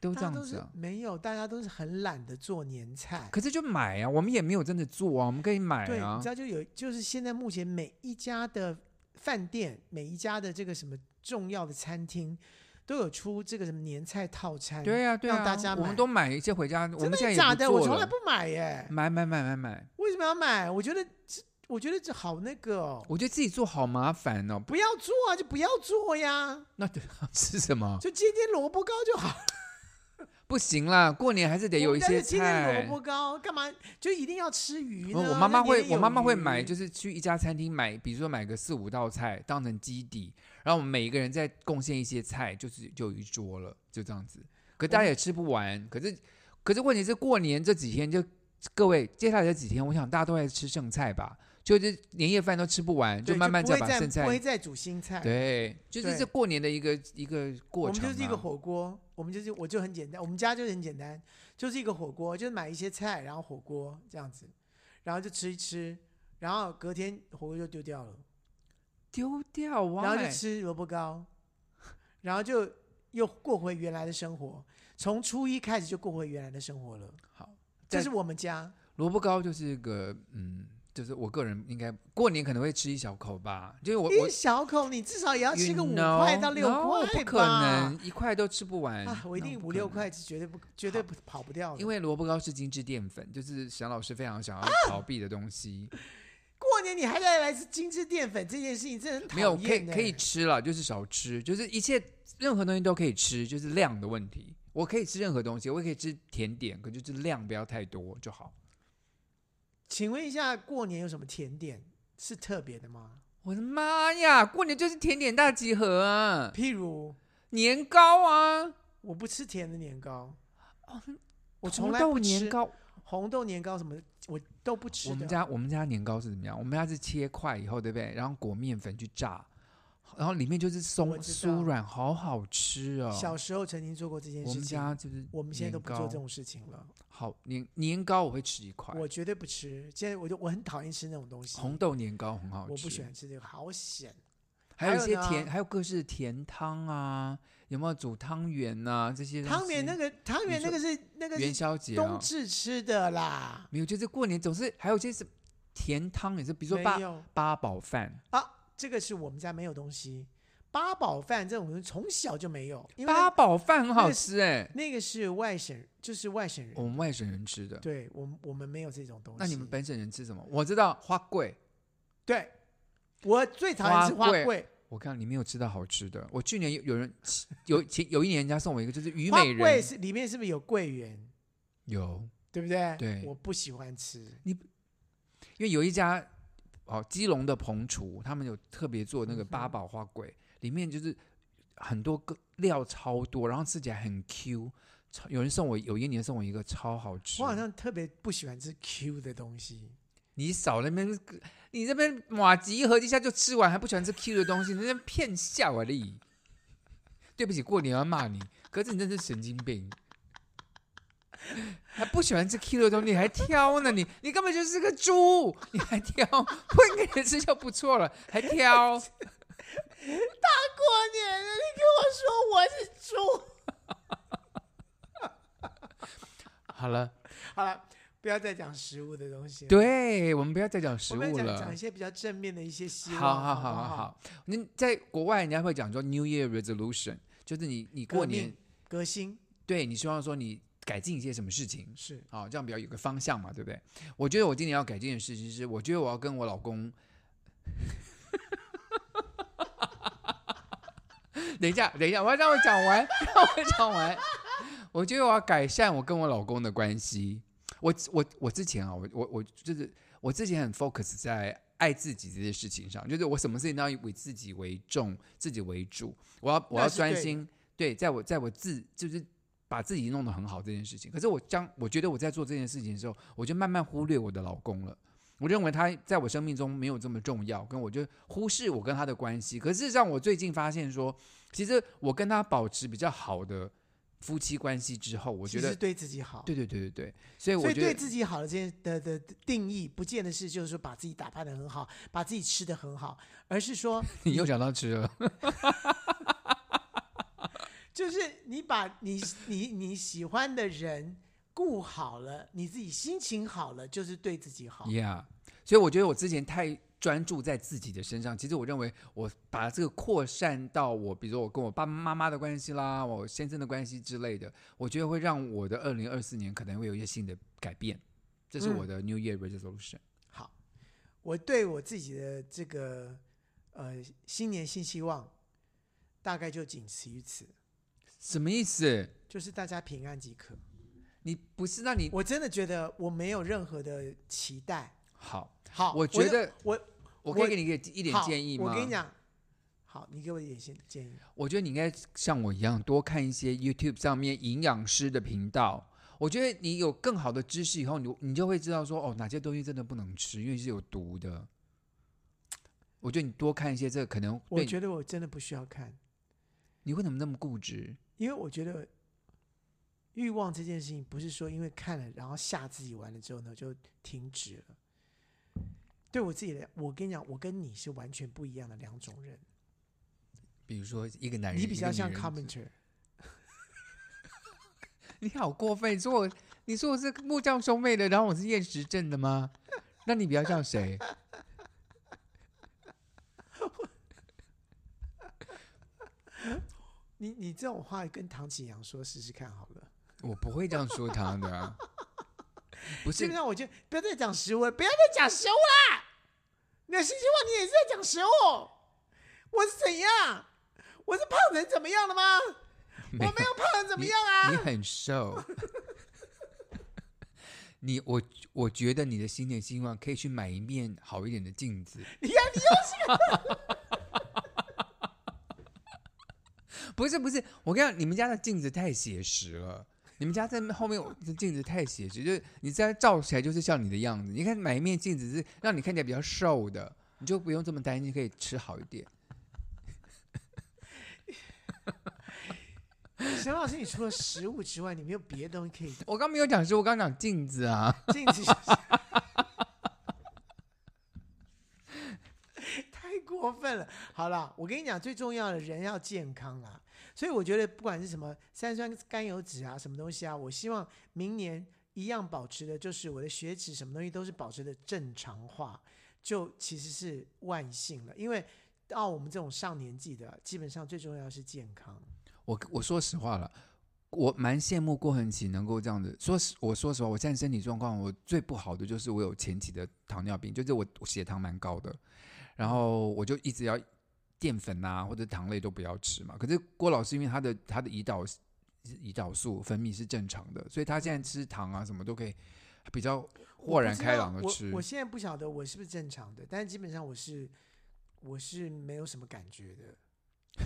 [SPEAKER 4] 都
[SPEAKER 1] 大家
[SPEAKER 4] 这样
[SPEAKER 1] 都
[SPEAKER 4] 子
[SPEAKER 1] 是
[SPEAKER 4] 啊？
[SPEAKER 1] 没有，大家都是很懒得做年菜。
[SPEAKER 4] 可是就买啊，我们也没有真的做啊，我们可以买
[SPEAKER 1] 对，你
[SPEAKER 4] 啊
[SPEAKER 1] 知。道就有，就是现在目前每一家的饭店，每一家的这个什么重要的餐厅，都有出这个什么年菜套餐。
[SPEAKER 4] 对啊，对啊，
[SPEAKER 1] 让大家
[SPEAKER 4] 我们
[SPEAKER 1] 买
[SPEAKER 4] 都买一些回家，我
[SPEAKER 1] 真
[SPEAKER 4] 们现在
[SPEAKER 1] 的
[SPEAKER 4] 也
[SPEAKER 1] 假
[SPEAKER 4] 不
[SPEAKER 1] 的？
[SPEAKER 4] 做
[SPEAKER 1] 我从
[SPEAKER 4] 了
[SPEAKER 1] 来不买耶，
[SPEAKER 4] 买买买买买，
[SPEAKER 1] 为什么要买？我觉得这，我觉得这好那个哦，
[SPEAKER 4] 我觉得自己做好麻烦哦。
[SPEAKER 1] 不要做啊，就不要做呀，
[SPEAKER 4] 那 吃什么？
[SPEAKER 1] 就煎煎萝卜糕就好。
[SPEAKER 4] 不行啦，过年还是得有一些
[SPEAKER 1] 今天
[SPEAKER 4] 菜
[SPEAKER 1] 萝。卜糕干嘛？就一定要吃鱼呢？
[SPEAKER 4] 我我妈妈会，我妈妈会买，就是是去一家餐厅买，比如说买个四五道菜当成基底，然后我们每一个人再贡献一些菜，就是就有一桌了，就这样子。可大家也吃不完，可是可是问题是过年这几天就各位接下来这几天，我想大家都在吃剩菜吧，就是年夜饭都吃不完，就慢慢
[SPEAKER 1] 再
[SPEAKER 4] 再把剩
[SPEAKER 1] 不会
[SPEAKER 4] 菜。
[SPEAKER 1] 再煮新菜。
[SPEAKER 4] 对，就是
[SPEAKER 1] 对
[SPEAKER 4] 这过年的一个一个过
[SPEAKER 1] 我
[SPEAKER 4] 程
[SPEAKER 1] 们
[SPEAKER 4] 啊、
[SPEAKER 1] 就是一个火锅，我们就是我就很简单，我们家就很简单，就是一个火锅，就是买一些菜，然后火锅这样子，然后就吃一吃，然后隔天火锅就丢掉了，
[SPEAKER 4] 丢掉啊，
[SPEAKER 1] 然后就吃萝卜糕，然后就又过回原来的生活，从初一开始就过回原来的生活了。
[SPEAKER 4] 好，
[SPEAKER 1] 这
[SPEAKER 4] 但
[SPEAKER 1] 是我们家，
[SPEAKER 4] 萝卜糕就是一个，嗯，就是我个人应该过年可能会吃一小口吧，就是我我
[SPEAKER 1] 一小口你至少也要吃个
[SPEAKER 4] you
[SPEAKER 1] 五
[SPEAKER 4] know，
[SPEAKER 1] 块到六
[SPEAKER 4] no，
[SPEAKER 1] 块
[SPEAKER 4] 不可
[SPEAKER 1] 吧？
[SPEAKER 4] 能一块都吃不完
[SPEAKER 1] 啊，我一
[SPEAKER 4] no，
[SPEAKER 1] 定
[SPEAKER 4] 不
[SPEAKER 1] 五
[SPEAKER 4] 可
[SPEAKER 1] 六
[SPEAKER 4] 能
[SPEAKER 1] 块是绝对不绝对不跑不掉的，啊
[SPEAKER 4] 因为萝卜糕是精致淀粉，就是沈老师非常想要逃避的东西，
[SPEAKER 1] 过年你还在来自精致淀粉这件事情，真的很讨
[SPEAKER 4] 没有可以
[SPEAKER 1] 厌
[SPEAKER 4] 可以
[SPEAKER 1] 欸
[SPEAKER 4] 吃了，就是少吃，就是一切任何东西都可以吃，就是量的问题。我可以吃任何东西，我也可以吃甜点，可就是量不要太多就好。
[SPEAKER 1] 请问一下，过年有什么甜点是特别的吗？
[SPEAKER 4] 我的妈呀，过年就是甜点大集合啊，
[SPEAKER 1] 譬如，
[SPEAKER 4] 年糕啊，
[SPEAKER 1] 我不吃甜的年糕，
[SPEAKER 4] 哦
[SPEAKER 1] 我从来
[SPEAKER 4] 红
[SPEAKER 1] 不
[SPEAKER 4] 豆年
[SPEAKER 1] 吃
[SPEAKER 4] 糕，
[SPEAKER 1] 红豆年糕什么的，我都不吃
[SPEAKER 4] 我们
[SPEAKER 1] 的。
[SPEAKER 4] 家我们家年糕是怎么样？我们家是切块以后，对不对？然后裹面粉去炸，然后里面就是
[SPEAKER 1] 我
[SPEAKER 4] 松
[SPEAKER 1] 知道
[SPEAKER 4] 酥软，好好吃哦。
[SPEAKER 1] 小时候曾经做过这件
[SPEAKER 4] 我
[SPEAKER 1] 事
[SPEAKER 4] 们
[SPEAKER 1] 情，
[SPEAKER 4] 家就是
[SPEAKER 1] 我们现在都
[SPEAKER 4] 年
[SPEAKER 1] 不做
[SPEAKER 4] 糕
[SPEAKER 1] 这种事情了。
[SPEAKER 4] 好年年糕，我会吃一块。
[SPEAKER 1] 我绝对不吃，现在我就我很讨厌吃那种东西，
[SPEAKER 4] 红豆年糕很好吃，
[SPEAKER 1] 我不喜欢吃这个，好咸。
[SPEAKER 4] 还有一
[SPEAKER 1] 还有
[SPEAKER 4] 些
[SPEAKER 1] 呢
[SPEAKER 4] 甜，还有各式的甜汤啊，有没有煮汤圆呐、这些东
[SPEAKER 1] 汤圆
[SPEAKER 4] 西
[SPEAKER 1] 那个汤圆那
[SPEAKER 4] 说
[SPEAKER 1] 个是那个
[SPEAKER 4] 元
[SPEAKER 1] 是
[SPEAKER 4] 宵节
[SPEAKER 1] 冬
[SPEAKER 4] 啊，
[SPEAKER 1] 至吃的啦，
[SPEAKER 4] 没有，就是过年总是还有一些什么甜汤，也是比如说
[SPEAKER 1] 没
[SPEAKER 4] 八
[SPEAKER 1] 有
[SPEAKER 4] 八宝饭，
[SPEAKER 1] 这个是我们家没有东西。八宝饭这种东西从小就没有，因为
[SPEAKER 4] 八宝饭很好
[SPEAKER 1] 个
[SPEAKER 4] 吃哎、
[SPEAKER 1] 那个是外省，就是外省人，
[SPEAKER 4] 我们外省人吃的。
[SPEAKER 1] 对我们我们没有这种东西。
[SPEAKER 4] 哦那你们本省人吃什么？我知道花桂，
[SPEAKER 1] 对，我最讨厌吃花
[SPEAKER 4] 花桂
[SPEAKER 1] 桂，
[SPEAKER 4] 我看你没有吃到好吃的。我去年有有人有前有一年人家送我一个就是虞
[SPEAKER 1] 花
[SPEAKER 4] 美
[SPEAKER 1] 桂
[SPEAKER 4] 人，
[SPEAKER 1] 是里面是不是有桂圆？
[SPEAKER 4] 有，
[SPEAKER 1] 对不对？
[SPEAKER 4] 对
[SPEAKER 1] 我不喜欢吃。
[SPEAKER 4] 因为有一家哦基隆的棚厨，他们有特别做那个
[SPEAKER 1] 嗯哼
[SPEAKER 4] 八宝花桂，里面就是很多个料超多，然后吃起来很 Q。超有人送我有一年送我一个超好吃
[SPEAKER 1] 我，好像特别不喜欢吃 Q 的东西，
[SPEAKER 4] 你少那边你这边马吉盒一下就吃完，还不喜欢吃 Q 的东西，你在那边骗笑啊你！对不起，过年要骂你，可是你真是神经病，还不喜欢吃 Q 的东西，你还挑呢你，你根本就是个猪，你还挑，不应该吃就不错了，还挑，啊
[SPEAKER 1] 过年了你跟我说我是猪，
[SPEAKER 4] 好了，
[SPEAKER 1] 好了，不要再讲食物的东西了。
[SPEAKER 4] 对我们不要再讲食
[SPEAKER 1] 我们
[SPEAKER 4] 物
[SPEAKER 1] 要讲
[SPEAKER 4] 了
[SPEAKER 1] 讲一。些比较正面的一些希望，
[SPEAKER 4] 好
[SPEAKER 1] 好
[SPEAKER 4] 好好
[SPEAKER 1] 不
[SPEAKER 4] 好好，那在国外人家会讲说 New Year Resolution，就是你你过
[SPEAKER 1] 革命
[SPEAKER 4] 年
[SPEAKER 1] 革新
[SPEAKER 4] 对你希望说你改进一些什么事情，
[SPEAKER 1] 是
[SPEAKER 4] 好，这样比较有个方向嘛，对不对？我觉得我今年要改进的事情是，我觉得我要跟我老公。 等一下，等一下，我要让我讲完，让我讲完。我觉得我要改善我跟我老公的关系。我我我之前啊，我我我就是我之前很 focus 在爱自己这件事情上，就是我什么事情都要以自己为重，自己为主，我要我要
[SPEAKER 1] 那是对
[SPEAKER 4] 专
[SPEAKER 1] 的
[SPEAKER 4] 心，对，在我在我自就是把自己弄得很好这件事情。可是我将我觉得我在做这件事情的时候，我就慢慢忽略我的老公了。我认为他在我生命中没有这么重要，跟我就忽视我跟他的关系。可事实上，我最近发现说，其实我跟他保持比较好的夫妻关系之后，我觉
[SPEAKER 1] 其
[SPEAKER 4] 得
[SPEAKER 1] 实对自己好。
[SPEAKER 4] 对对对对对，所以我
[SPEAKER 1] 所以
[SPEAKER 4] 觉
[SPEAKER 1] 对
[SPEAKER 4] 得
[SPEAKER 1] 自己好的这件的的的定义，不见得是就是说把自己打扮的很好，把自己吃的很好，而是 说
[SPEAKER 4] 你又讲到吃了，
[SPEAKER 1] 就是你把你你你喜欢的人顾好了，你自己心情好了，就是对自己好。
[SPEAKER 4] Yeah，所以我觉得我之前太专注在自己的身上，其实我认为我把这个扩散到我，比如说我跟我爸爸妈妈的关系啦，我先生的关系之类的，我觉得会让我的二零二四年可能会有一些新的改变，这是我
[SPEAKER 1] 嗯
[SPEAKER 4] 的 New Year Resolution。
[SPEAKER 1] 好，我对我自己的这个呃新年新希望，大概就仅此于此，
[SPEAKER 4] 什么意思？
[SPEAKER 1] 就是大家平安即可。
[SPEAKER 4] 你不是那你
[SPEAKER 1] 我真的觉得我没有任何的期待。
[SPEAKER 4] 好，
[SPEAKER 1] 好，
[SPEAKER 4] 我觉得
[SPEAKER 1] 我
[SPEAKER 4] 我可以给你一个一点
[SPEAKER 1] 好
[SPEAKER 4] 建议吗？
[SPEAKER 1] 我跟你，讲，好，你给我一点建建议。
[SPEAKER 4] 我觉得你应该像我一样多看一些 YouTube 上面营养师的频道。我觉得你有更好的知识以后，你你就会知道说哦，哪些东西真的不能吃，因为是有毒的。我觉得你多看一些这个，可能
[SPEAKER 1] 我
[SPEAKER 4] 对
[SPEAKER 1] 觉
[SPEAKER 4] 你
[SPEAKER 1] 得我真的不需要看，
[SPEAKER 4] 你会怎么那么固执？
[SPEAKER 1] 因为我觉得欲望这件事情不是说因为看了然后吓自己完了之后呢就停止了。对我自己的，我跟你讲，我跟你是完全不一样的两种人。
[SPEAKER 4] 比如说哎一个男人，
[SPEAKER 1] 你比较像
[SPEAKER 4] 一个女人
[SPEAKER 1] commenter，
[SPEAKER 4] 你好过分！你说我，你说我是木匠兄妹的，然后我是厌食症的吗？那你比较像谁？
[SPEAKER 1] 你你这种话跟唐启阳说试试看好了。
[SPEAKER 4] 我不会这样说他的啊、不
[SPEAKER 1] 基
[SPEAKER 4] 是
[SPEAKER 1] 本上我就不要再讲食物了，不要再讲食物啦！你的新希望你也是在讲食物，我是怎样？我是胖成怎么样了吗？
[SPEAKER 4] 没有
[SPEAKER 1] 我没有胖成怎么样
[SPEAKER 4] 你
[SPEAKER 1] 啊？
[SPEAKER 4] 很瘦。 你我我觉得你的新年希望可以去买一面好一点的镜子，
[SPEAKER 1] 你看你又
[SPEAKER 4] 不是不是，我跟你讲，你们家的镜子太写实了，你们家在后面有这镜子太写实，就是你这样照起来就是像你的样子。你看买一面镜子是让你看起来比较瘦的，你就不用这么担心，可以吃好一点。
[SPEAKER 1] 沈老师，你除了食物之外，你没有别的东西可以
[SPEAKER 4] 我刚没有讲是我刚讲镜子啊，
[SPEAKER 1] 禁止就是太过分了。好了，我跟你讲，最重要的人要健康啦。所以我觉得不管是什么三酸甘油脂啊，什么东西啊，我希望明年一样保持的就是我的血脂什么东西都是保持的正常化，就其实是万幸了。因为到我们这种上年纪的，基本上最重要的是健康。
[SPEAKER 4] 我我说实话了。我蛮羡慕郭恒琪能够这样子说实，我说实话，我现在身体状况，我最不好的就是我有前期的糖尿病，就是我我血糖蛮高的，然后我就一直要淀粉啊或者糖类都不要吃嘛。可是郭老师因为他的他的胰岛胰岛素分泌是正常的，所以他现在吃糖啊什么都可以比较豁然开朗的
[SPEAKER 1] 我不知道
[SPEAKER 4] 吃
[SPEAKER 1] 我。我现在不晓得我是不是正常的，但基本上我是我是没有什么感觉的。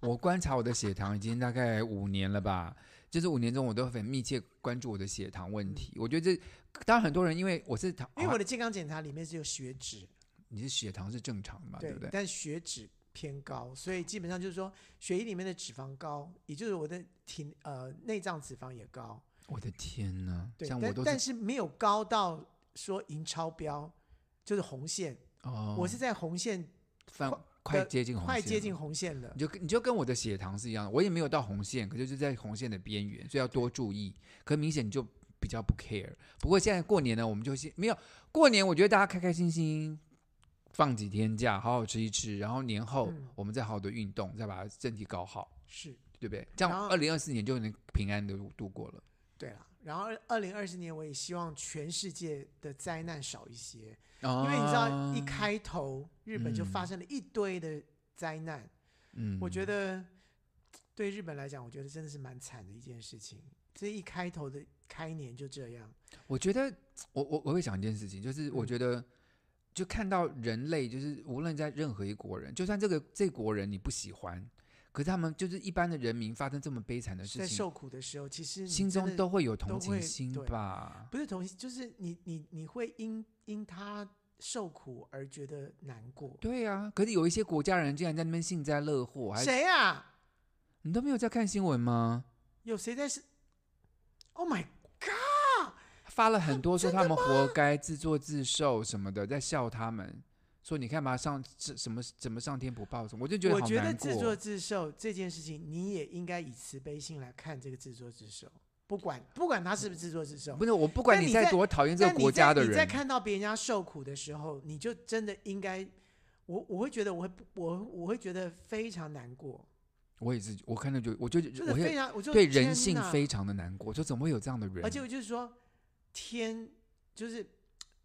[SPEAKER 4] 我观察我的血糖已经大概五年了吧，就是五年中我都很密切关注我的血糖问题。我觉得这当然很多人因为我是糖，
[SPEAKER 1] 因为
[SPEAKER 4] 啊
[SPEAKER 1] 我的健康检查里面是有血脂，
[SPEAKER 4] 你是血糖是正常的嘛，啊对
[SPEAKER 1] 对
[SPEAKER 4] 不对？
[SPEAKER 1] 但血脂偏高，所以基本上就是说血液里面的脂肪高，也就是我的体呃内脏脂肪也高，
[SPEAKER 4] 我的天呐，
[SPEAKER 1] 对，
[SPEAKER 4] 像我
[SPEAKER 1] 但
[SPEAKER 4] 都
[SPEAKER 1] 但
[SPEAKER 4] 是
[SPEAKER 1] 是没有高到说银超标，就是红线，
[SPEAKER 4] 哦，
[SPEAKER 1] 我是在红线
[SPEAKER 4] 翻
[SPEAKER 1] 快
[SPEAKER 4] 快
[SPEAKER 1] 的
[SPEAKER 4] 接近红线，
[SPEAKER 1] 快接近。红线了
[SPEAKER 4] 你。就跟你就跟我的血糖是一样的，我也没有到红线，可就是在红线的边缘，所以要多注意。可明显你就比较不 care。不过现在过年呢，我们就先没有过年，我觉得大家开开心心放几天假，好好吃一吃，然后年后
[SPEAKER 1] 嗯
[SPEAKER 4] 我们再好好的运动，再把身体搞好，
[SPEAKER 1] 是
[SPEAKER 4] 对不对？这
[SPEAKER 1] 然
[SPEAKER 4] 样
[SPEAKER 1] 后
[SPEAKER 4] 二零二四年就能平安的度过了。
[SPEAKER 1] 对了，然后二零二四年我也希望全世界的灾难少一些，
[SPEAKER 4] 因
[SPEAKER 1] 因为你知道
[SPEAKER 4] 啊
[SPEAKER 1] 一，
[SPEAKER 4] 哦
[SPEAKER 1] 开头日本就发生了一堆的灾难，
[SPEAKER 4] 嗯嗯
[SPEAKER 1] 我觉得对日本来讲，我觉得真的是蛮惨的一件事情。这一开头的开年就这样，
[SPEAKER 4] 我觉得，我我我会想一件事情，就是
[SPEAKER 1] 嗯
[SPEAKER 4] 我觉得，就看到人类，就是无论在任何一国人，就算这个这国人你不喜欢，可是他们就是一般的人民发生这么悲惨的
[SPEAKER 1] 在
[SPEAKER 4] 事情，
[SPEAKER 1] 受苦的时候，其实你
[SPEAKER 4] 心中
[SPEAKER 1] 真的
[SPEAKER 4] 都会有同
[SPEAKER 1] 都
[SPEAKER 4] 情
[SPEAKER 1] 会
[SPEAKER 4] 心
[SPEAKER 1] 对
[SPEAKER 4] 吧？
[SPEAKER 1] 不是同情，就是你你你会因因他受苦而觉得难过。
[SPEAKER 4] 对啊，可是有一些国家人竟然在那边幸灾乐祸，还
[SPEAKER 1] 谁啊？
[SPEAKER 4] 你都没有在看新闻吗？
[SPEAKER 1] 有谁在是？Oh my！
[SPEAKER 4] 发了很多说他们活该、自作自受什么的，在笑他们，说你看嘛上这什么怎么上天不报什么，我就觉得
[SPEAKER 1] 我
[SPEAKER 4] 好
[SPEAKER 1] 觉得
[SPEAKER 4] 难
[SPEAKER 1] 自作
[SPEAKER 4] 过。
[SPEAKER 1] 自受这件事情，你也应该以慈悲心来看这个自作自受，不管不管他是不是自作自受
[SPEAKER 4] 不。是我不管
[SPEAKER 1] 但
[SPEAKER 4] 你
[SPEAKER 1] 你
[SPEAKER 4] 在
[SPEAKER 1] 在
[SPEAKER 4] 多讨厌这
[SPEAKER 1] 但
[SPEAKER 4] 个
[SPEAKER 1] 你
[SPEAKER 4] 国
[SPEAKER 1] 在
[SPEAKER 4] 家的
[SPEAKER 1] 你在
[SPEAKER 4] 人，
[SPEAKER 1] 看到别人家受苦的时候，你就真的应该，我我会觉得我会我我会觉得非常难过，
[SPEAKER 4] 我也是，我看到就我就
[SPEAKER 1] 真
[SPEAKER 4] 嗯我
[SPEAKER 1] 的非
[SPEAKER 4] 会
[SPEAKER 1] 常，我就
[SPEAKER 4] 对人性
[SPEAKER 1] 天哪
[SPEAKER 4] 非常的难过，就怎么会有这样的人？
[SPEAKER 1] 而且我就是说，天就是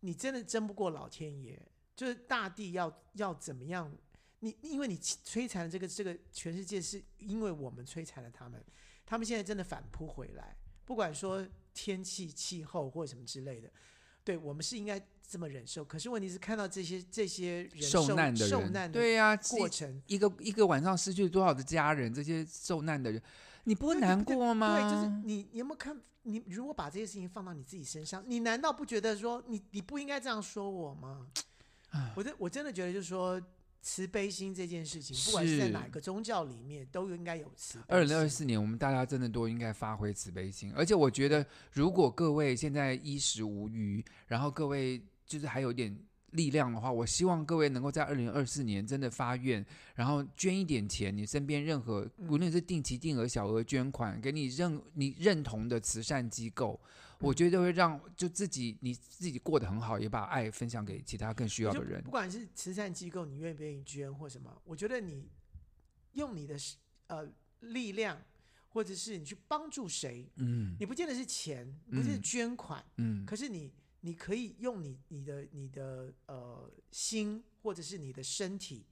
[SPEAKER 1] 你真的争不过老天爷，就是大地要要怎么样？你因为你摧残了这个这个全世界，是因为我们摧残了他们，他们现在真的反扑回来，不管说天气、气候或什么之类的，对我们是应该这么忍受。可是问题是，看到这些这些人
[SPEAKER 4] 受难的人，
[SPEAKER 1] 受难的
[SPEAKER 4] 对呀、
[SPEAKER 1] 过
[SPEAKER 4] 一
[SPEAKER 1] 程，
[SPEAKER 4] 一个一个晚上失去多少的家人，这些受难的人，你不会
[SPEAKER 1] 对对
[SPEAKER 4] 难
[SPEAKER 1] 对
[SPEAKER 4] 过吗？
[SPEAKER 1] 对，就是你，你有没有看？你如果把这些事情放到你自己身上，你难道不觉得说你你不应该这样说我吗？我真我真的觉得，就是说慈悲心这件事情，不管是在
[SPEAKER 4] 是
[SPEAKER 1] 哪个宗教里面，都应该有慈
[SPEAKER 4] 二
[SPEAKER 1] 悲心。
[SPEAKER 4] 零二四年，我们大家真的都应该发挥慈悲心。而且我觉得，如果各位现在衣食无余，然后各位就是还有点力量的话，我希望各位能够在二零二四年真的发愿，然后捐一点钱，你身边任何
[SPEAKER 1] 嗯
[SPEAKER 4] 无论是定期定额小额捐款，给你认你认同的慈善机构，
[SPEAKER 1] 嗯
[SPEAKER 4] 我觉得会让就自己你自己过得很好，也把爱分享给其他更需要的
[SPEAKER 1] 就
[SPEAKER 4] 人
[SPEAKER 1] 不。管是慈善机构，你愿不愿意捐或什么，我觉得你用你的呃力量，或者是你去帮助谁，
[SPEAKER 4] 嗯
[SPEAKER 1] 你不见得是钱，不是
[SPEAKER 4] 嗯
[SPEAKER 1] 捐款，
[SPEAKER 4] 嗯，
[SPEAKER 1] 可是你你可以用你你的你的呃心或者是你的身体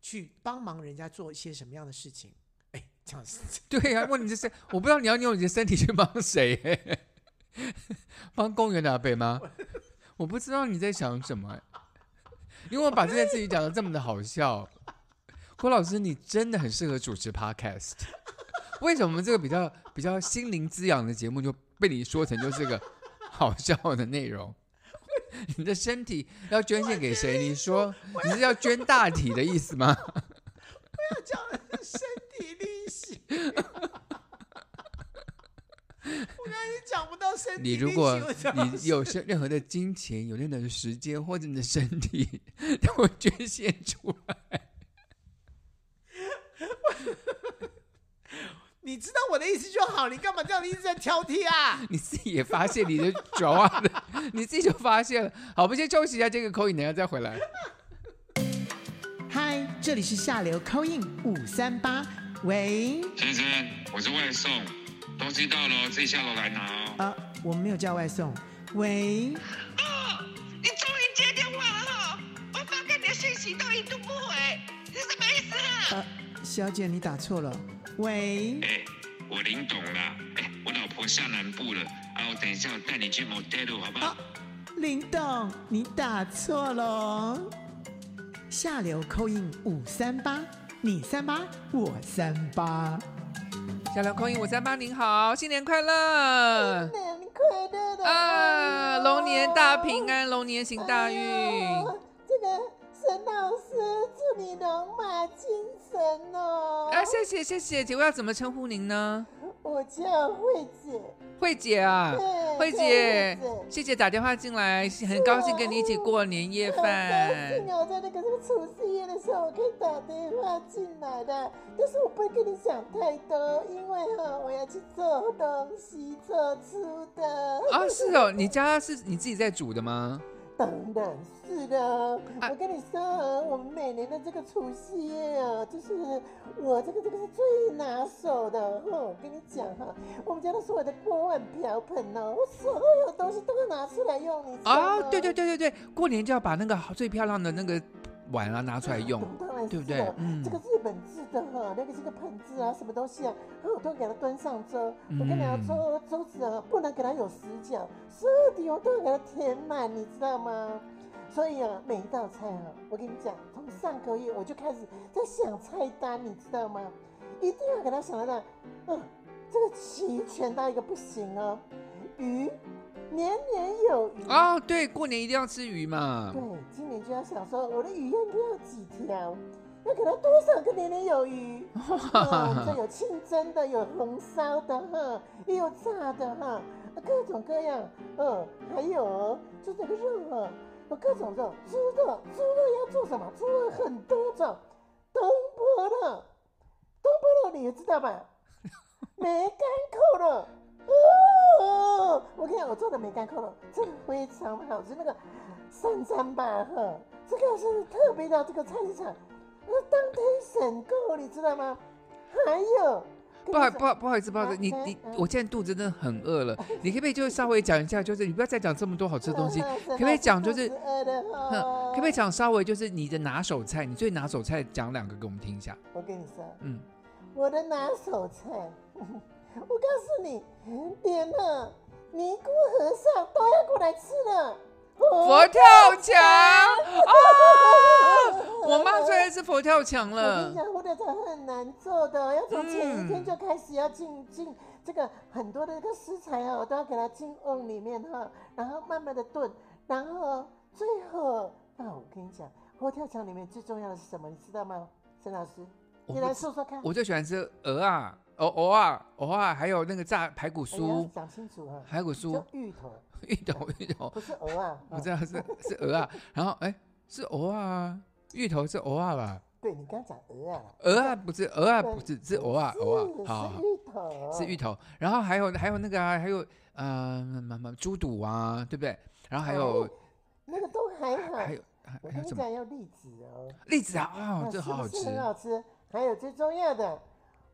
[SPEAKER 1] 去帮忙人家做一些什么样的事情？ 哎，这样子
[SPEAKER 4] 对呀、问题就是我不知道你要用你的身体去帮谁、 欸，帮公园的阿北吗？我不知道你在想什么欸、因为我把这件事情讲的这么的好笑。郭老师，你真的很适合主持 podcast。为什么我们这个比较比较心灵滋养的节目就被你说成就是个好笑的内容？ 你的身体要捐献给谁？你说你是要捐大体的意思吗？
[SPEAKER 1] 讲的是身体力行。 我刚才讲不到 身体
[SPEAKER 4] 你
[SPEAKER 1] 力行，
[SPEAKER 4] 如果
[SPEAKER 1] 我讲到
[SPEAKER 4] 你有任任何的金钱、有任何的时间或者你的身体， 都捐献出来。
[SPEAKER 1] 你知道我的意思就好，你干嘛这样一直在挑剔啊？
[SPEAKER 4] 你自己也发现你的爪啊的，你自己就发现了。好，我们先休息一下这个口音，等一下再回来。
[SPEAKER 1] 嗨，这里是下流 c 印五三八，喂，
[SPEAKER 5] 先生，我是外送，东西到了哦自己下楼来拿哦。
[SPEAKER 1] 呃，我们没有叫外送，喂，
[SPEAKER 6] 哦，你终于接电话了哈、我发给你的信息都一度不回，你什么意思啊？
[SPEAKER 1] 呃，小姐你打错了，喂。
[SPEAKER 5] 哎、我领懂了，哎、我老婆下南部了，啊，我等一下我带你去 motel 好不好？
[SPEAKER 1] 林董，你打错喽！下流扣印五三八，你三八，我三八。
[SPEAKER 4] 小梁口音五三八，您好，新年快乐！
[SPEAKER 7] 年快乐的
[SPEAKER 4] 啊，呃龙年大平安，龙年行大运。
[SPEAKER 7] 哎这个沈老师，祝你龙马精神哦！
[SPEAKER 4] 啊，谢谢谢谢，请问要怎么称呼您呢？
[SPEAKER 7] 我叫慧姐，
[SPEAKER 4] 慧姐啊，
[SPEAKER 7] 对
[SPEAKER 4] 慧姐
[SPEAKER 7] 对慧，姐
[SPEAKER 4] 谢谢打电话进来，很高兴跟你一起过年夜
[SPEAKER 7] 很高
[SPEAKER 4] 饭
[SPEAKER 7] 兴。哦，在那个除夕夜的时候，我可以打电话进来的，但是我不会跟你讲太多，因为哈、我要去做东西，做吃的。
[SPEAKER 4] 啊，是哦，你家是你自己在煮的吗？
[SPEAKER 7] 当然是的，
[SPEAKER 4] 啊
[SPEAKER 7] 我跟你说啊，我们每年的这个除夕夜啊，就是我这个这个是最拿手的。哦，我跟你讲哈、我们家的所有的锅碗瓢盆呢、我所有东西都会拿出来用，你知道吗
[SPEAKER 4] 啊，对对，对对对，过年就要把那个好最漂亮的那个碗啊拿出来用
[SPEAKER 7] 当然坏
[SPEAKER 4] 对
[SPEAKER 7] 事哦
[SPEAKER 4] 不对嗯
[SPEAKER 7] 这个日本制的哈，那个是个盘子啊，什么东西啊，然后我都给它端上桌。我跟你讲，
[SPEAKER 4] 嗯
[SPEAKER 7] 桌桌子啊，不能给它有死角，所有地方都要给它填满，你知道吗？所以啊，每一道菜啊，我跟你讲，从上个月我就开始在想菜单，你知道吗？一定要给它想得到，嗯，这个齐全到一个不行哦，鱼年年有余
[SPEAKER 4] 啊，对，过年一定要吃鱼嘛
[SPEAKER 7] 对。，今年就要想说我的鱼要不要几条，要给它多少个年年有余。哇，这有清蒸的，有红烧的哈，也有炸的哈，各种各样。嗯，还有哦就这个肉啊，有各种肉，猪肉，猪肉要做什么？猪肉很多种，东坡肉，东坡肉你也知道吧？梅干扣肉。哦，我跟你讲，我做的梅干扣肉真的非常好吃，那个三三吧哈，这个是特别到这个菜市场，那当天选购，你知道吗？还有，
[SPEAKER 4] 不好，不好，不好意思，不好意思，你
[SPEAKER 7] 嗯
[SPEAKER 4] 你
[SPEAKER 7] 嗯，
[SPEAKER 4] 我现在肚子真的很饿
[SPEAKER 7] 哦
[SPEAKER 4] 了，你可不可以就是稍微讲一下，就是你不要再讲这么多好吃
[SPEAKER 7] 这
[SPEAKER 4] 的东 西，可不可以讲就是，
[SPEAKER 7] 哦
[SPEAKER 4] 哼， 可不可以
[SPEAKER 7] 以？
[SPEAKER 4] 讲稍微就是你的拿手菜，你最拿手菜讲两个给我们听一下？
[SPEAKER 7] 我跟你说，
[SPEAKER 4] 嗯，
[SPEAKER 7] 我的拿手菜， 我告诉你，连啊尼姑和尚都要过来吃了。
[SPEAKER 4] 佛
[SPEAKER 7] 哦，
[SPEAKER 4] 跳墙啊！
[SPEAKER 7] 哦
[SPEAKER 4] 我妈最爱吃佛跳墙
[SPEAKER 7] 我跟
[SPEAKER 4] 了。
[SPEAKER 7] 你讲，火腿肠很难做的，要从前一天
[SPEAKER 4] 嗯
[SPEAKER 7] 就开始要进进这个很多的这个食材哦，都要给它进瓮里面哈，然后慢慢的炖，然后最后啊，我跟你讲，火跳墙里面最重要的是什么，你知道吗？沈老师，
[SPEAKER 4] 我
[SPEAKER 7] 你
[SPEAKER 4] 不
[SPEAKER 7] 来
[SPEAKER 4] 知
[SPEAKER 7] 说说看。
[SPEAKER 4] 我最喜欢吃鹅啊，哦，鹅啊，鹅啊，还有那个炸排骨
[SPEAKER 7] 哎你要
[SPEAKER 4] 酥，
[SPEAKER 7] 讲清楚啊，
[SPEAKER 4] 排骨酥
[SPEAKER 7] 叫，芋头，
[SPEAKER 4] 芋头，芋 头，
[SPEAKER 7] 不是鹅啊。
[SPEAKER 4] 我
[SPEAKER 7] 啊
[SPEAKER 4] 知道是是鹅啊，然后哎是鹅啊，芋头是鹅啊吧？
[SPEAKER 7] 对你刚刚讲鹅啊，
[SPEAKER 4] 鹅啊不是鹅啊
[SPEAKER 7] 对
[SPEAKER 4] 不是是鹅啊
[SPEAKER 7] 是
[SPEAKER 4] 鹅啊，好好
[SPEAKER 7] 是芋头，
[SPEAKER 4] 是芋头，然后还有还有那个啊，还有呃什么猪肚啊，对不对？然后还有
[SPEAKER 7] 那个都还好。
[SPEAKER 4] 还有还
[SPEAKER 7] 哦我
[SPEAKER 4] 还
[SPEAKER 7] 跟
[SPEAKER 4] 有
[SPEAKER 7] 你
[SPEAKER 4] 什么
[SPEAKER 7] 讲，要栗子哦。
[SPEAKER 4] 栗子啊？哦
[SPEAKER 7] 啊，
[SPEAKER 4] 这
[SPEAKER 7] 是
[SPEAKER 4] 好
[SPEAKER 7] 不
[SPEAKER 4] 好
[SPEAKER 7] 是
[SPEAKER 4] 吃，
[SPEAKER 7] 很好吃。还有最重要的，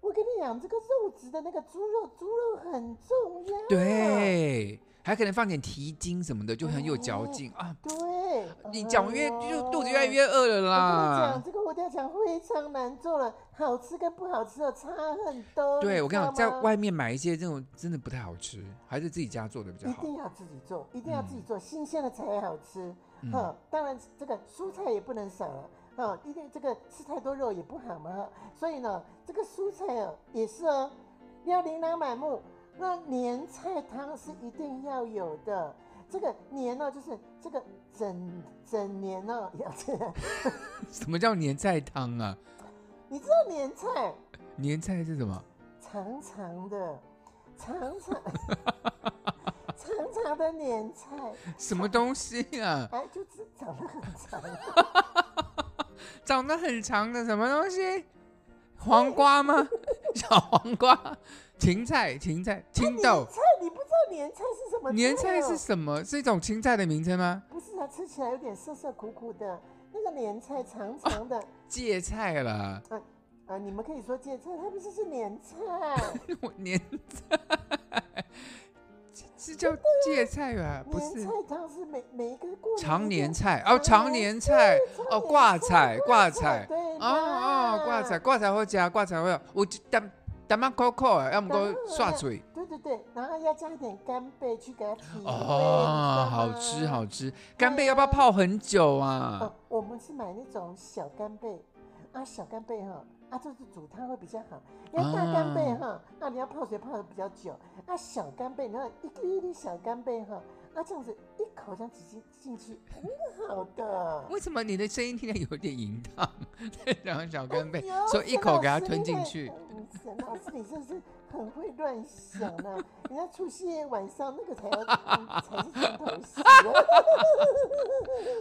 [SPEAKER 7] 我跟你讲，这个肉质的那个猪肉，猪肉很重要。
[SPEAKER 4] 对，还可能放点蹄筋什么的，就很有嚼
[SPEAKER 7] 哦
[SPEAKER 4] 劲啊。
[SPEAKER 7] 对，
[SPEAKER 4] 你讲越
[SPEAKER 7] 哎
[SPEAKER 4] 就
[SPEAKER 7] 呦
[SPEAKER 4] 肚子越来越饿了
[SPEAKER 7] 哦我跟你
[SPEAKER 4] 啦
[SPEAKER 7] 讲，。这个我要讲非常难做了，好吃跟不好吃的差很多。
[SPEAKER 4] 对，我跟你讲，
[SPEAKER 7] 知道
[SPEAKER 4] 在
[SPEAKER 7] 吗
[SPEAKER 4] 外面买一些这种真的不太好吃，还是自己家做的比较
[SPEAKER 7] 一
[SPEAKER 4] 好。
[SPEAKER 7] 定要自己做，一定要自己做，新鲜的才好吃。哈，当然这个蔬菜也不能少了。哦，一定这个吃太多肉也不好嘛，哈所以呢，这个蔬菜啊也是哦，要琳琅满目。那年菜汤是一定要有的，这个年呢、就是这个整整年呢、 要这样。
[SPEAKER 4] 什么叫年菜汤啊？
[SPEAKER 7] 你知道年菜
[SPEAKER 4] 年菜是什么？
[SPEAKER 7] 长长的，长长长长的年菜，
[SPEAKER 4] 什么东西啊？
[SPEAKER 7] 哎，就只长得很长。
[SPEAKER 4] 长得很长的什么东西？黄瓜吗？ 小黄瓜、芹菜、芹菜、青豆
[SPEAKER 7] 年。菜你不知道年菜是什么、
[SPEAKER 4] 年菜是？什么？是一种青菜的名称吗？
[SPEAKER 7] 不是啊，吃起来有点涩涩苦苦的，那个年菜长长的。
[SPEAKER 4] 芥菜啦，
[SPEAKER 7] 啊啊，你们可以说芥菜，它不是是年菜，
[SPEAKER 4] 我年菜 是是叫芥菜吧？ 不
[SPEAKER 7] 年
[SPEAKER 4] 是
[SPEAKER 7] 菜汤是每每一个过年
[SPEAKER 4] 常
[SPEAKER 7] 一定
[SPEAKER 4] 年菜哦，常年菜
[SPEAKER 7] 对
[SPEAKER 4] 哦，
[SPEAKER 7] 常年
[SPEAKER 4] 挂菜挂菜
[SPEAKER 7] 对
[SPEAKER 4] 哦哦，挂菜，挂菜好吃，挂菜好吃，有一淡淡仔口口的，要么够
[SPEAKER 7] 然后
[SPEAKER 4] 刷嘴。
[SPEAKER 7] 对对对，然后要加一点干贝去给它提味
[SPEAKER 4] 哦，好吃。
[SPEAKER 7] 你知道吗
[SPEAKER 4] 好吃，干贝要不要泡很久啊
[SPEAKER 7] 哦？，我们是买那种小干贝，啊，小干贝哈，啊，就是煮汤会比较好。要大干贝哈，啊，你要泡水泡的比较久。啊，小干贝，你要一粒一粒小干贝哈，啊，这样子一口这样挤进进去，很好的。
[SPEAKER 4] 为什么你的声音听起来有点淫荡？ 然后小干贝
[SPEAKER 7] 哎呦，
[SPEAKER 4] 所以一口给它吞进去。。
[SPEAKER 7] 沈老师你真的嗯沈老师，你真是很会乱想啊！人家除夕夜晚上那个才要、嗯才是重头戏啊。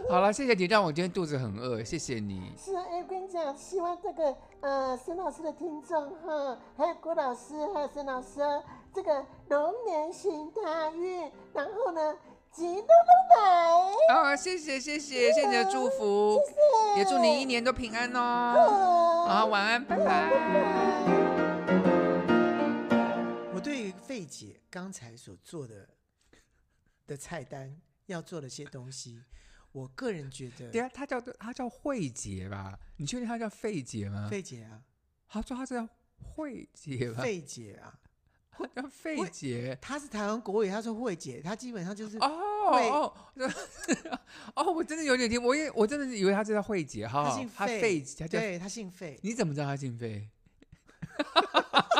[SPEAKER 4] 好了，谢谢你让我今天肚子很饿，谢谢你。
[SPEAKER 7] 是啊，哎、我跟你讲，希望这个呃沈老师的听众哈，还有郭老师，还有沈老师，这个龙年行大运，然后呢，吉隆隆来，
[SPEAKER 4] 啊，谢谢谢谢谢谢你的祝福，也祝你一年都平安哦。好，晚安，拜拜。
[SPEAKER 1] 我对于费姐刚才所做的的菜单要做的些东西，我个人觉得，
[SPEAKER 4] 对啊，他叫他叫慧姐吧？你确定他叫费姐吗？
[SPEAKER 1] 费姐啊，
[SPEAKER 4] 他说他叫慧姐吧？
[SPEAKER 1] 费姐啊，
[SPEAKER 4] 他叫费姐。
[SPEAKER 1] 她是台湾国语，她说慧姐，她基本上就是
[SPEAKER 4] 哦哦哦！我真的有点听，我也我真的以为他是叫慧姐哈
[SPEAKER 1] 她姓，
[SPEAKER 4] 他
[SPEAKER 1] 费
[SPEAKER 4] 费姐，他叫
[SPEAKER 1] 对她姓费，
[SPEAKER 4] 你怎么知道他姓费？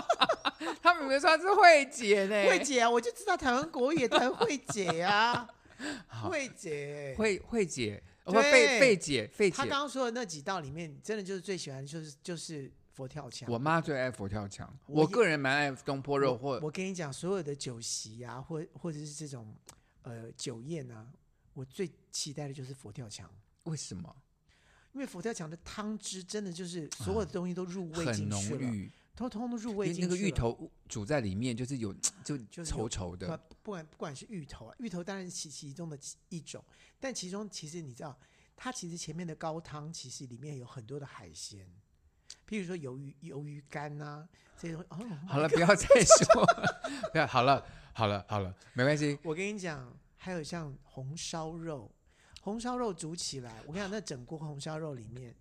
[SPEAKER 4] 他明明说他是慧姐呢，
[SPEAKER 1] 慧姐啊，我就知道台湾国语也谈慧姐啊，
[SPEAKER 4] 好
[SPEAKER 1] 慧姐，
[SPEAKER 4] 慧慧姐，哦
[SPEAKER 1] 对
[SPEAKER 4] 费费姐费姐
[SPEAKER 1] 她，刚刚说的那几道里面，真的就是最喜欢就是就是佛跳墙。
[SPEAKER 4] 我妈最爱佛跳墙，
[SPEAKER 1] 我
[SPEAKER 4] 我
[SPEAKER 1] 也
[SPEAKER 4] 个人蛮爱东坡肉
[SPEAKER 1] 我
[SPEAKER 4] 或
[SPEAKER 1] 我跟你讲，所有的酒席啊，或或者是这种呃酒宴啊，我最期待的就是佛跳墙，
[SPEAKER 4] 为什么
[SPEAKER 1] 因为佛跳墙的汤汁真的就是所有的东西都入味
[SPEAKER 4] 啊很
[SPEAKER 1] 进
[SPEAKER 4] 浓
[SPEAKER 1] 去了，
[SPEAKER 4] 郁，
[SPEAKER 1] 通通都入
[SPEAKER 4] 因
[SPEAKER 1] 味
[SPEAKER 4] 为
[SPEAKER 1] 进去
[SPEAKER 4] 那
[SPEAKER 1] 了。
[SPEAKER 4] 个芋头煮在里面，就是有就
[SPEAKER 1] 就是有
[SPEAKER 4] 稠稠
[SPEAKER 1] 不
[SPEAKER 4] 的，
[SPEAKER 1] 不管不管是芋头啊，芋头当然是其其中的其一种，但其中其实你知道，它其实前面的高汤其实里面有很多的海鲜，譬如说鱿鱼鱿鱼干呐、这种。哦、
[SPEAKER 4] 好了，不要再说， 不要好了好了好了，没关系，
[SPEAKER 1] 我跟你讲，还有像红烧肉，红烧肉煮起来，我跟你讲，那整锅红烧肉里面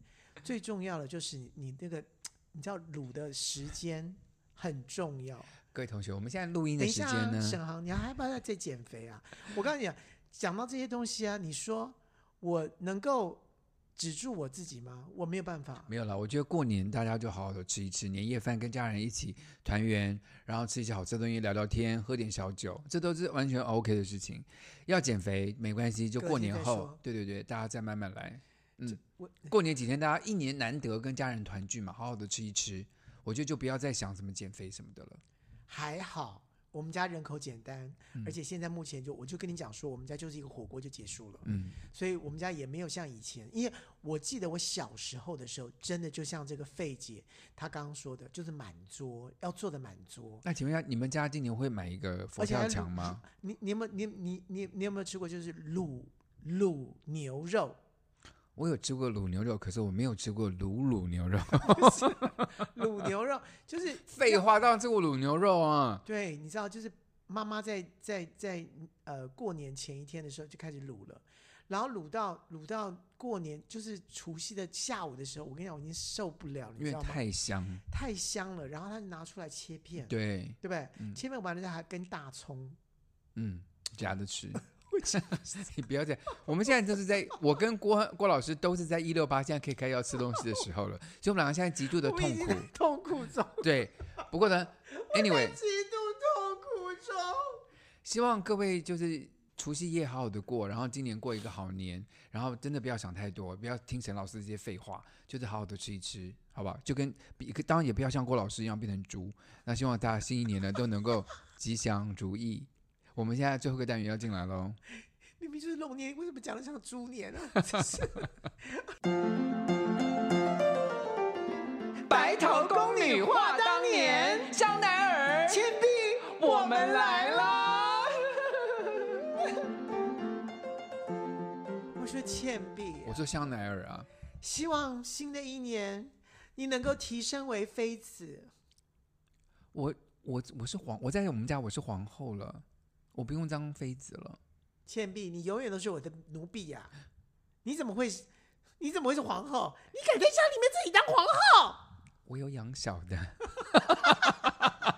[SPEAKER 1] 最重要的就是你你那个，你知道卤的时间很重要。
[SPEAKER 4] 各位同学，我们现在录音的
[SPEAKER 1] 等一
[SPEAKER 4] 时
[SPEAKER 1] 下、
[SPEAKER 4] 间
[SPEAKER 1] 啊，
[SPEAKER 4] 呢？
[SPEAKER 1] 沈航，你还不要再减肥啊？我告诉你啊，讲到这些东西啊，你说我能够止住我自己吗？我没有办法。
[SPEAKER 4] 没有啦，我觉得过年大家就好好的吃一吃年夜饭，跟家人一起团圆，然后吃一些好吃的东西，聊聊天，喝点小酒，这都是完全 OK 的事情。要减肥没关系，就
[SPEAKER 1] 隔
[SPEAKER 4] 过
[SPEAKER 1] 天
[SPEAKER 4] 年
[SPEAKER 1] 再
[SPEAKER 4] 后
[SPEAKER 1] 说，
[SPEAKER 4] 对对对，大家再慢慢来。嗯
[SPEAKER 1] 我，
[SPEAKER 4] 过年几天大家一年难得跟家人团聚嘛，好好的吃一吃，我觉得就不要再想什么减肥什么的了。
[SPEAKER 1] 还好，我们家人口简单，
[SPEAKER 4] 嗯
[SPEAKER 1] 而且现在目前就我就跟你讲说，我们家就是一个火锅就结束了。
[SPEAKER 4] 嗯，
[SPEAKER 1] 所以我们家也没有像以前，因为我记得我小时候的时候，真的就像这个费姐她刚刚说的，就是满桌要做的满桌。
[SPEAKER 4] 那请问一下，你们家今年会买一个佛
[SPEAKER 1] 而且还
[SPEAKER 4] 跳
[SPEAKER 1] 卤
[SPEAKER 4] 墙吗？
[SPEAKER 1] 你你有没有你你你你有没有吃过就是卤卤牛肉？
[SPEAKER 4] 我有吃过卤牛肉，可是我没有吃过卤卤牛肉。
[SPEAKER 1] 卤牛肉就是
[SPEAKER 4] 废话，当然吃过卤牛肉啊。
[SPEAKER 1] 对，你知道，就是妈妈在在在呃过年前一天的时候就开始卤了，然后卤到卤到过年就是除夕的下午的时候，我跟你讲，我已经受不了了，你
[SPEAKER 4] 因
[SPEAKER 1] 知
[SPEAKER 4] 为
[SPEAKER 1] 道吗？
[SPEAKER 4] 太香，
[SPEAKER 1] 太香了，然后她就拿出来切片，
[SPEAKER 4] 对，
[SPEAKER 1] 对不对？
[SPEAKER 4] 嗯
[SPEAKER 1] 切片完了之后还跟大葱，
[SPEAKER 4] 嗯，夹 着吃。 你不要这样，我们现在就是在，我跟郭郭老师都是在一六八，现在可以开始要吃东西的时候了，所以我们两个现在极度的
[SPEAKER 1] 我们
[SPEAKER 4] 痛
[SPEAKER 1] 已经
[SPEAKER 4] 苦
[SPEAKER 1] 在。痛苦中，
[SPEAKER 4] 对，不 过呢，anyway，
[SPEAKER 1] 极度痛苦中。
[SPEAKER 4] 希望各位就是除夕夜好好的过，然后今年过一个好年，然后真的不要想太多，不要听沈老师这些废话，就是好好的吃一吃，好不好？就跟比当然也不要像郭老师一样变成猪。那希望大家新一年呢都能够吉祥如意。我们现在最后一个单元要进来喽。
[SPEAKER 1] 明明就是龙年，为什么讲的像猪年呢、啊？真是
[SPEAKER 4] 白头宫女话当年，香奈儿，
[SPEAKER 1] 铅笔，我们来
[SPEAKER 4] 啦！
[SPEAKER 1] 我说倩碧、
[SPEAKER 4] 我说香奈儿啊，
[SPEAKER 1] 希望新的一年你能够提升为妃子。
[SPEAKER 4] 我我我是皇，我在我们家我是皇后了，我不用当妃子了。
[SPEAKER 1] 倩碧，你永远都是我的奴婢呀、你怎么会是？你怎么会是皇后？你敢在家里面自己当皇后？
[SPEAKER 4] 我有养小的，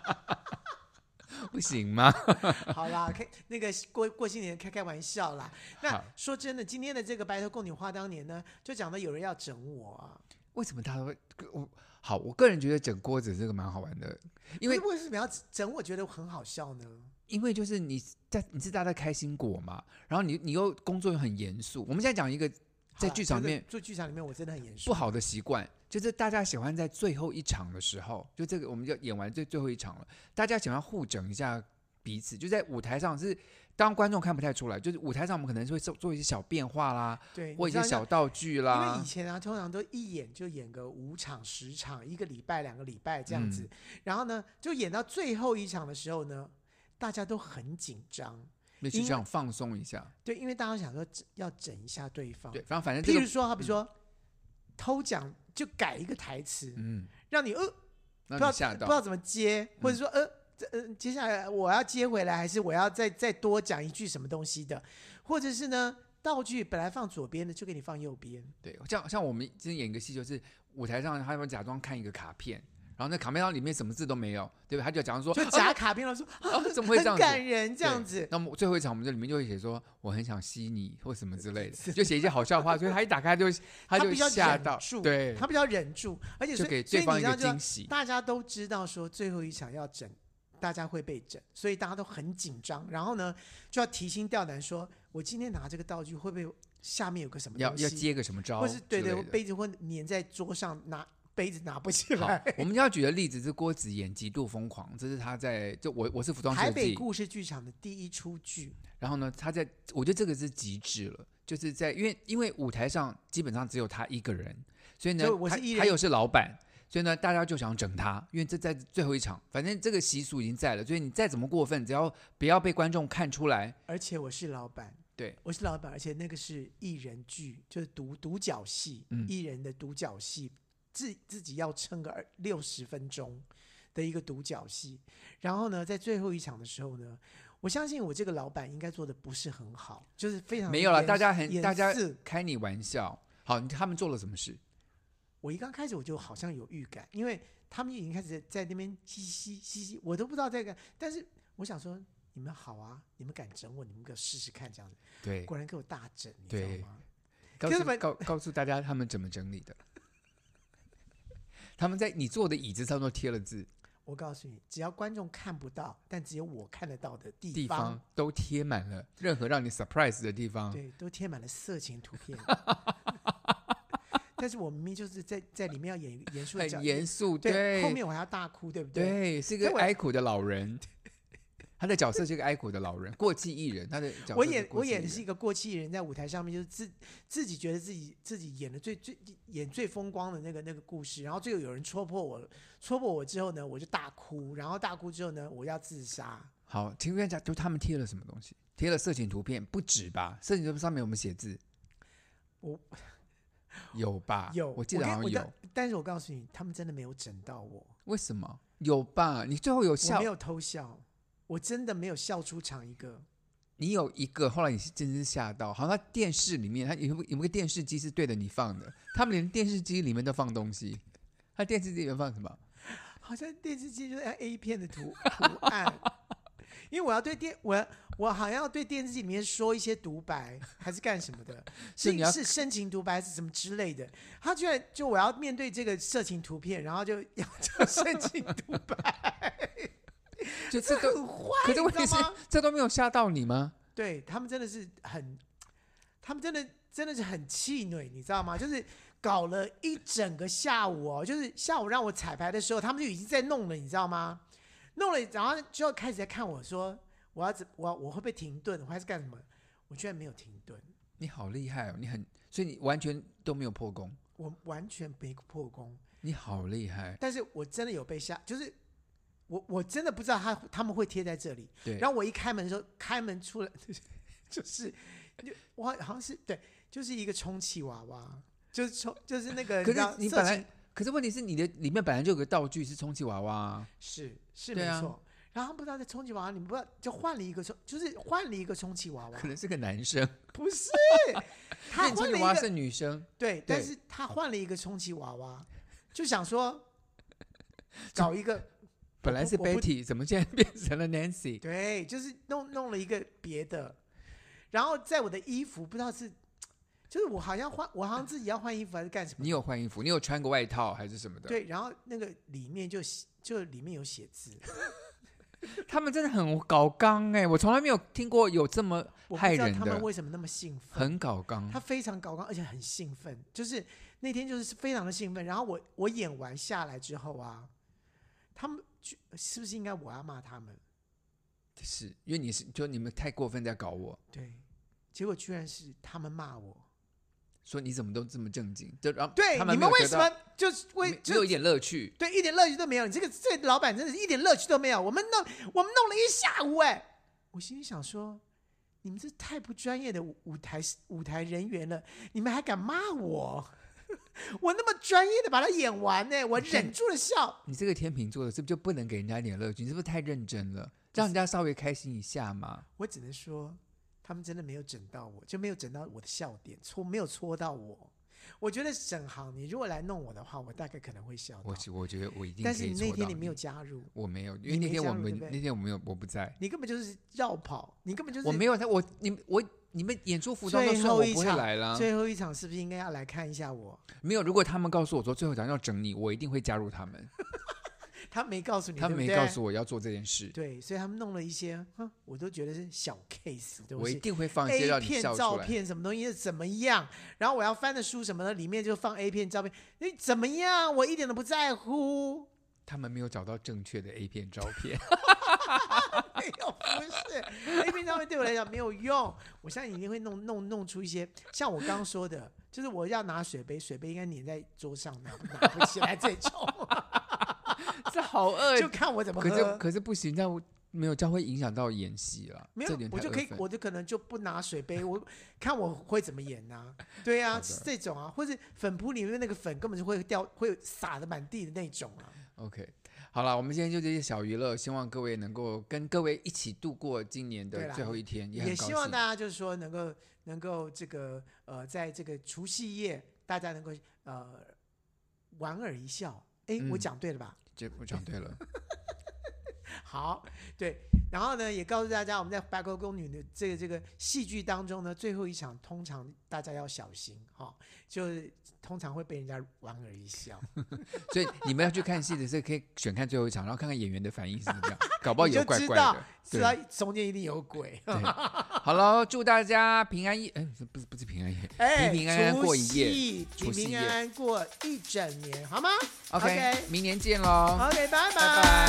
[SPEAKER 4] 不行吗？
[SPEAKER 1] 好啦，开 那个过过新年开开玩笑啦。那
[SPEAKER 4] 好
[SPEAKER 1] 说真的，今天的这个白头宫女花当年呢，就讲到有人要整我啊，
[SPEAKER 4] 为什么他会？我好，我个人觉得整锅子这个蛮好玩的，因为
[SPEAKER 1] 可是为什么要整我？觉得很好笑呢？
[SPEAKER 4] 因为就是你在你是大家开心果嘛，然后你你又工作又很严肃。我们现在讲一个在剧场里面
[SPEAKER 1] 做剧场里面我真的很严肃，
[SPEAKER 4] 不好的习惯，就是大家喜欢在最后一场的时候，就这个我们就演完最最后一场了，大家喜欢互整一下彼此，就在舞台上是当观众看不太出来，就是舞台上我们可能是会做做一些小变化啦，
[SPEAKER 1] 对，
[SPEAKER 4] 或
[SPEAKER 1] 你
[SPEAKER 4] 一
[SPEAKER 1] 知道那
[SPEAKER 4] 些小道具
[SPEAKER 1] 因为
[SPEAKER 4] 啦
[SPEAKER 1] 以。前啊，通常都一演就演个五场、十场，一个礼拜、两个礼拜这样子。
[SPEAKER 4] 嗯
[SPEAKER 1] 然后呢，就演到最后一场的时候呢，大家都很紧张，
[SPEAKER 4] 那
[SPEAKER 1] 因
[SPEAKER 4] 就
[SPEAKER 1] 为
[SPEAKER 4] 想放松一下，
[SPEAKER 1] 对，因为大家想说要整一下对方。
[SPEAKER 4] 对，然后反正这
[SPEAKER 1] 啊譬如
[SPEAKER 4] 个，嗯
[SPEAKER 1] 说，好比说、偷讲，就改一个台词，
[SPEAKER 4] 嗯，
[SPEAKER 1] 让你呃不
[SPEAKER 4] 让
[SPEAKER 1] 知道不
[SPEAKER 4] 你吓
[SPEAKER 1] 知道
[SPEAKER 4] 到，嗯
[SPEAKER 1] 怎么接，或者说呃。这呃，接下来我要接回来，还是我要再再多讲一句什么东西的，或者是呢，道具本来放左边的，就给你放右边。
[SPEAKER 4] 对，像像我们之前演一个戏，就是舞台上他们假装看一个卡片，然后那卡片上里面什么字都没有，对吧？他就假装说
[SPEAKER 1] 就夹卡片了，说
[SPEAKER 4] 啊啊怎么会这
[SPEAKER 1] 很
[SPEAKER 4] 样
[SPEAKER 1] 感
[SPEAKER 4] 子？
[SPEAKER 1] 人这样子
[SPEAKER 4] 对。那么最后一场，我们这里面就会写说我很想吸你或什么之类的，就写一些好笑话，所以他一打开就他就
[SPEAKER 1] 比较
[SPEAKER 4] 吓
[SPEAKER 1] 忍
[SPEAKER 4] 到
[SPEAKER 1] 住，，
[SPEAKER 4] 对，
[SPEAKER 1] 他比较忍住，而且
[SPEAKER 4] 就
[SPEAKER 1] 所以
[SPEAKER 4] 给
[SPEAKER 1] 所以
[SPEAKER 4] 对方
[SPEAKER 1] 你
[SPEAKER 4] 一
[SPEAKER 1] 知道
[SPEAKER 4] 个
[SPEAKER 1] 就要
[SPEAKER 4] 惊喜。
[SPEAKER 1] 大家都知道说最后一场要整，大家会被整，所以大家都很紧张。然后呢，就要提心吊胆说，我今天拿这个道具会不会下面有个什么
[SPEAKER 4] 要
[SPEAKER 1] 东西，
[SPEAKER 4] 要接个什么招
[SPEAKER 1] 或
[SPEAKER 4] 之类
[SPEAKER 1] 是
[SPEAKER 4] 的，
[SPEAKER 1] 对对，杯子会粘在桌上，拿杯子拿不起
[SPEAKER 4] 好
[SPEAKER 1] 来。，
[SPEAKER 4] 我们要举的例子是郭子演《极度疯狂》，这是他在就我我是服装
[SPEAKER 1] 台
[SPEAKER 4] 设
[SPEAKER 1] 北
[SPEAKER 4] 计，
[SPEAKER 1] 故事剧场的第一出剧，
[SPEAKER 4] 然后呢，他在我觉得这个是极致了，就是在因为因为舞台上基本上只有他一个人，所以呢
[SPEAKER 1] 就我，
[SPEAKER 4] 他
[SPEAKER 1] 是艺人
[SPEAKER 4] 他又是老板，所以呢，大家就想整他，因为这在最后一场，反正这个习俗已经在了，所以你再怎么过分，只要不要被观众看出来，
[SPEAKER 1] 而且我是老板，
[SPEAKER 4] 对
[SPEAKER 1] 我是老板，而且那个是艺人剧，就是独独角戏，
[SPEAKER 4] 嗯
[SPEAKER 1] 艺人的独角戏，自自己要撑个六十分钟的一个独角戏。然后呢，在最后一场的时候呢，我相信我这个老板应该做的不是很好，就是非常
[SPEAKER 4] 没有了，
[SPEAKER 1] 严
[SPEAKER 4] 大家很
[SPEAKER 1] 严
[SPEAKER 4] 大家
[SPEAKER 1] 肃
[SPEAKER 4] 开你玩笑。好，你他们做了什么事？
[SPEAKER 1] 我一刚开始我就好像有预感，因为他们已经开始在那边嘻嘻嘻嘻，我都不知道在干，但是我想说。你们好啊！你们敢整我，你们给我试试看，这样子，
[SPEAKER 4] 对，
[SPEAKER 1] 果然给我大整，你知道
[SPEAKER 4] 对
[SPEAKER 1] 吗？
[SPEAKER 4] 告
[SPEAKER 1] 可是
[SPEAKER 4] 诉
[SPEAKER 1] 本
[SPEAKER 4] 告告诉大家他们怎么整理的。他们在你坐的椅子上都贴了字，
[SPEAKER 1] 我告诉你，只要观众看不到，但只有我看得到的地
[SPEAKER 4] 地方都贴满了任何让你 surprise 的地方。
[SPEAKER 1] 对，都贴满了色情图 片。但是我明明就是在在里面要演一个严肃的角
[SPEAKER 4] 很严肃，
[SPEAKER 1] 对，
[SPEAKER 4] 对，
[SPEAKER 1] 后面我还要大哭，对不对？
[SPEAKER 4] 对是一个
[SPEAKER 1] 所以我
[SPEAKER 4] 哀苦的老人， 他的角色是一个哀苦的老人，过气艺人，他的角色
[SPEAKER 1] 我演
[SPEAKER 4] 是过
[SPEAKER 1] 我
[SPEAKER 4] 气艺
[SPEAKER 1] 演的是一
[SPEAKER 4] 人
[SPEAKER 1] 个过气人，在舞台上面就是自自己觉得自己自己演的最最演最风光的那个那个故事，然后最后有人戳破我，戳破我之后呢，我就大哭，然后大哭之后呢，我要自杀。
[SPEAKER 4] 好，请问一下，就他们贴了什么东西？贴了色情图片不止吧？色情图片上面有没有写字？
[SPEAKER 1] 我
[SPEAKER 4] 有吧？
[SPEAKER 1] 有，
[SPEAKER 4] 啊我记得
[SPEAKER 1] 跟
[SPEAKER 4] 好像
[SPEAKER 1] 我
[SPEAKER 4] 有
[SPEAKER 1] 但。但是我告诉你，他们真的没有整到我。
[SPEAKER 4] 为什么有吧？你最后有
[SPEAKER 1] 我
[SPEAKER 4] 笑
[SPEAKER 1] 没，有偷笑，我真的没有笑出场一个。
[SPEAKER 4] 你有一个，后来你是真是吓到，好像他电视里面，他有有没有个电视机是对着你放的？他们连电视机里面都放东西，他电视机里面放什么？
[SPEAKER 1] 好像电视机就是 A 片的图图案，因为我要对电我要我好像要对电视机里面说一些独白，还是干什 么的？
[SPEAKER 4] 是
[SPEAKER 1] 是
[SPEAKER 4] 你要
[SPEAKER 1] 是深情独白还是什么之类的？他居然就我要面对这个色情图片，然后就要 就深情独白，
[SPEAKER 4] 就这都
[SPEAKER 1] 很坏，
[SPEAKER 4] 可是
[SPEAKER 1] 你
[SPEAKER 4] 问
[SPEAKER 1] 知道
[SPEAKER 4] 题是
[SPEAKER 1] 吗？，
[SPEAKER 4] 这都没有吓到你吗？
[SPEAKER 1] 对他们真的是很，他们真的真的是很气馁，你知道吗？就是搞了一整个下午哦，就是下午让我彩排的时候，他们就已经在弄了，你知道吗？弄了，然后就开始在看我说我要怎我我会不会停顿，我还是干什么？我居然没有停顿，
[SPEAKER 4] 你好厉害哦，你很，所以你完全都没有破功，
[SPEAKER 1] 我完全没破功，
[SPEAKER 4] 你好厉害。
[SPEAKER 1] 但是我真的有被吓，就是我我真的不知道他他们会贴在这里，
[SPEAKER 4] 对，
[SPEAKER 1] 然
[SPEAKER 4] 后
[SPEAKER 1] 后我一开门的时候，开门出来 就是，就我好像是对，就是一个充气娃娃，就是充就是那个
[SPEAKER 4] 可
[SPEAKER 1] 知道
[SPEAKER 4] 是你
[SPEAKER 1] 色
[SPEAKER 4] 本来
[SPEAKER 1] 情，
[SPEAKER 4] 可是问题是你的里面本来就有个道具是充气娃娃、啊，
[SPEAKER 1] 是是没
[SPEAKER 4] 对啊
[SPEAKER 1] 错。然后他们不知道在充气娃娃，你们不知道就换了一个充，就是换了一个充气娃娃
[SPEAKER 4] 可，能是个男生，
[SPEAKER 1] 不 是， 他
[SPEAKER 4] 那你充
[SPEAKER 1] 换
[SPEAKER 4] 气
[SPEAKER 1] 了
[SPEAKER 4] 娃娃
[SPEAKER 1] 一
[SPEAKER 4] 是
[SPEAKER 1] 个
[SPEAKER 4] 女生，
[SPEAKER 1] 对，但
[SPEAKER 4] 对
[SPEAKER 1] 是他换了一个充气娃娃，就想说搞一个
[SPEAKER 4] 本来是
[SPEAKER 1] 我不
[SPEAKER 4] Betty，怎么现在变成了 Nancy？
[SPEAKER 1] 对，就是弄弄了一个别的，然后在我的衣服不知道是，就是我好像换，我好像自己要换衣服还是干什么
[SPEAKER 4] 你？有换衣服，你有穿个外套还是什么的？，
[SPEAKER 1] 对，然后那个里面就写就里面有写字，
[SPEAKER 4] 他们真的很搞刚哎、我从来没有听过有这么
[SPEAKER 1] 我不
[SPEAKER 4] 害
[SPEAKER 1] 知道
[SPEAKER 4] 人
[SPEAKER 1] 他们
[SPEAKER 4] 的，
[SPEAKER 1] 为什么那么兴奋，
[SPEAKER 4] 很搞刚
[SPEAKER 1] 他。非常高光，而且很兴奋，就是那天就是非常的兴奋。然后我我演完下来之后啊，他们就是不是应该我要骂他们？
[SPEAKER 4] 是因为你是就你们太过分在搞我，
[SPEAKER 1] 对，结果居然是他们骂我，
[SPEAKER 4] 说你怎么都这么正经，就然后
[SPEAKER 1] 对，
[SPEAKER 4] 他
[SPEAKER 1] 你
[SPEAKER 4] 没
[SPEAKER 1] 们
[SPEAKER 4] 有
[SPEAKER 1] 为
[SPEAKER 4] 得
[SPEAKER 1] 什
[SPEAKER 4] 到
[SPEAKER 1] 么就是为
[SPEAKER 4] 没没有
[SPEAKER 1] 就
[SPEAKER 4] 一点乐趣？
[SPEAKER 1] 对一点乐趣都没有？你这个这个老板真的是一点乐趣都没有。我们弄我们弄了一下午、哎，我心里想说。你们这太不专业的舞舞台舞台人员了，你们还敢骂我？ 我那么专业的把它演完呢、我忍住了笑。
[SPEAKER 4] 你这个天秤座的，是不是就不能给人家一点乐趣？你是不是太认真了？让人家稍微开心一下嘛。
[SPEAKER 1] 我只能说，他他们真的没有整到我，就没有整到我的笑点，戳没有戳到我。我觉得沈航，你如果来弄我的话，我大概可能会笑到
[SPEAKER 4] 我。我觉得我一定
[SPEAKER 1] 但
[SPEAKER 4] 可
[SPEAKER 1] 是
[SPEAKER 4] 以
[SPEAKER 1] 你
[SPEAKER 4] 做
[SPEAKER 1] 那
[SPEAKER 4] 到。
[SPEAKER 1] 天你没有，加入，
[SPEAKER 4] 我没有，因
[SPEAKER 1] 你
[SPEAKER 4] 为那
[SPEAKER 1] 没
[SPEAKER 4] 天
[SPEAKER 1] 加
[SPEAKER 4] 我
[SPEAKER 1] 入
[SPEAKER 4] 们
[SPEAKER 1] 对不对
[SPEAKER 4] 那天我没有，我不在，
[SPEAKER 1] 你根本就是绕跑，你根本就是
[SPEAKER 4] 我没有他，我你我你们演出服装都
[SPEAKER 1] 最
[SPEAKER 4] 送
[SPEAKER 1] 后
[SPEAKER 4] 我
[SPEAKER 1] 一
[SPEAKER 4] 不会
[SPEAKER 1] 场
[SPEAKER 4] 来啦。
[SPEAKER 1] 最后一场是不是应该要来看一下我？
[SPEAKER 4] 没有，如果他们告诉我说最后一场要整你，我一定会加入他们。
[SPEAKER 1] 他没告诉你，
[SPEAKER 4] 他们没
[SPEAKER 1] 对不对
[SPEAKER 4] 告诉我要做这件事，
[SPEAKER 1] 对，所以他们弄了一些，哼，我都觉得是小 case 的东
[SPEAKER 4] 我一
[SPEAKER 1] 西。
[SPEAKER 4] 定会放一些
[SPEAKER 1] A
[SPEAKER 4] 让你
[SPEAKER 1] 片
[SPEAKER 4] 笑
[SPEAKER 1] 照
[SPEAKER 4] 出来。
[SPEAKER 1] 片什么东西怎么样？然后我要翻的书什么的，里面就放 A 片照片，你怎么样？我一点都不在乎。
[SPEAKER 4] 他们没有找到正确的 A 片照 片，
[SPEAKER 1] 没有，不是 A 片照片对我来讲没有用。我相信你一定会弄弄弄出一些，像我刚刚说的，就是我要拿水杯，水杯应该粘在桌上，拿不拿不起来这种，
[SPEAKER 4] 这好恶
[SPEAKER 1] 就看我怎么
[SPEAKER 4] 可是
[SPEAKER 1] 喝。
[SPEAKER 4] 可是不行，这样没有这样会影响到演戏了。
[SPEAKER 1] 没
[SPEAKER 4] 这
[SPEAKER 1] 有
[SPEAKER 4] 点，
[SPEAKER 1] 我
[SPEAKER 4] 太
[SPEAKER 1] 就可以
[SPEAKER 4] 恶，分
[SPEAKER 1] 我就可能就不拿水杯， 我看我会怎么演 呐、对啊，
[SPEAKER 4] 的
[SPEAKER 1] 是这种啊，或者粉扑里面那个粉根本就会掉，会撒的满地的那种啊。
[SPEAKER 4] OK，好了，我们今天就这些小娱乐，希望各位能够跟各位一起度过今年
[SPEAKER 1] 对
[SPEAKER 4] 的
[SPEAKER 1] 啦
[SPEAKER 4] 最后一天，也
[SPEAKER 1] 也
[SPEAKER 4] 很高
[SPEAKER 1] 希望大
[SPEAKER 4] 兴。
[SPEAKER 1] 家就是说能够能够这个呃，在这个除夕夜，大家能够呃莞尔一笑。哎，我
[SPEAKER 4] 嗯
[SPEAKER 1] 讲对了吧？
[SPEAKER 4] 这我讲对了，
[SPEAKER 1] 好，对，然后呢，也告诉大家，我们在《白狗宫女》的这个这个戏剧当中呢，最后一场通常大家要小心哈、哦，就是通常会被人家莞尔一笑。
[SPEAKER 4] 所以你们要去看戏的时候，可以选看最后一场，然后看看演员的反应是怎 么样，搞不好
[SPEAKER 1] 你
[SPEAKER 4] 有
[SPEAKER 1] 就
[SPEAKER 4] 怪
[SPEAKER 1] 知
[SPEAKER 4] 怪
[SPEAKER 1] 道啊
[SPEAKER 4] 的。
[SPEAKER 1] 知道中间一定有鬼。
[SPEAKER 4] 对，好了，祝大家平安夜，哎，不是不是不是平安夜，平平安安
[SPEAKER 1] 哎除
[SPEAKER 4] 过一夜。
[SPEAKER 1] 夕
[SPEAKER 4] 除
[SPEAKER 1] 平
[SPEAKER 4] 夕
[SPEAKER 1] 平
[SPEAKER 4] 夜
[SPEAKER 1] 安安过一整年，好吗
[SPEAKER 4] OK，
[SPEAKER 1] OK
[SPEAKER 4] 明年见喽，
[SPEAKER 1] OK，拜拜
[SPEAKER 4] 拜拜。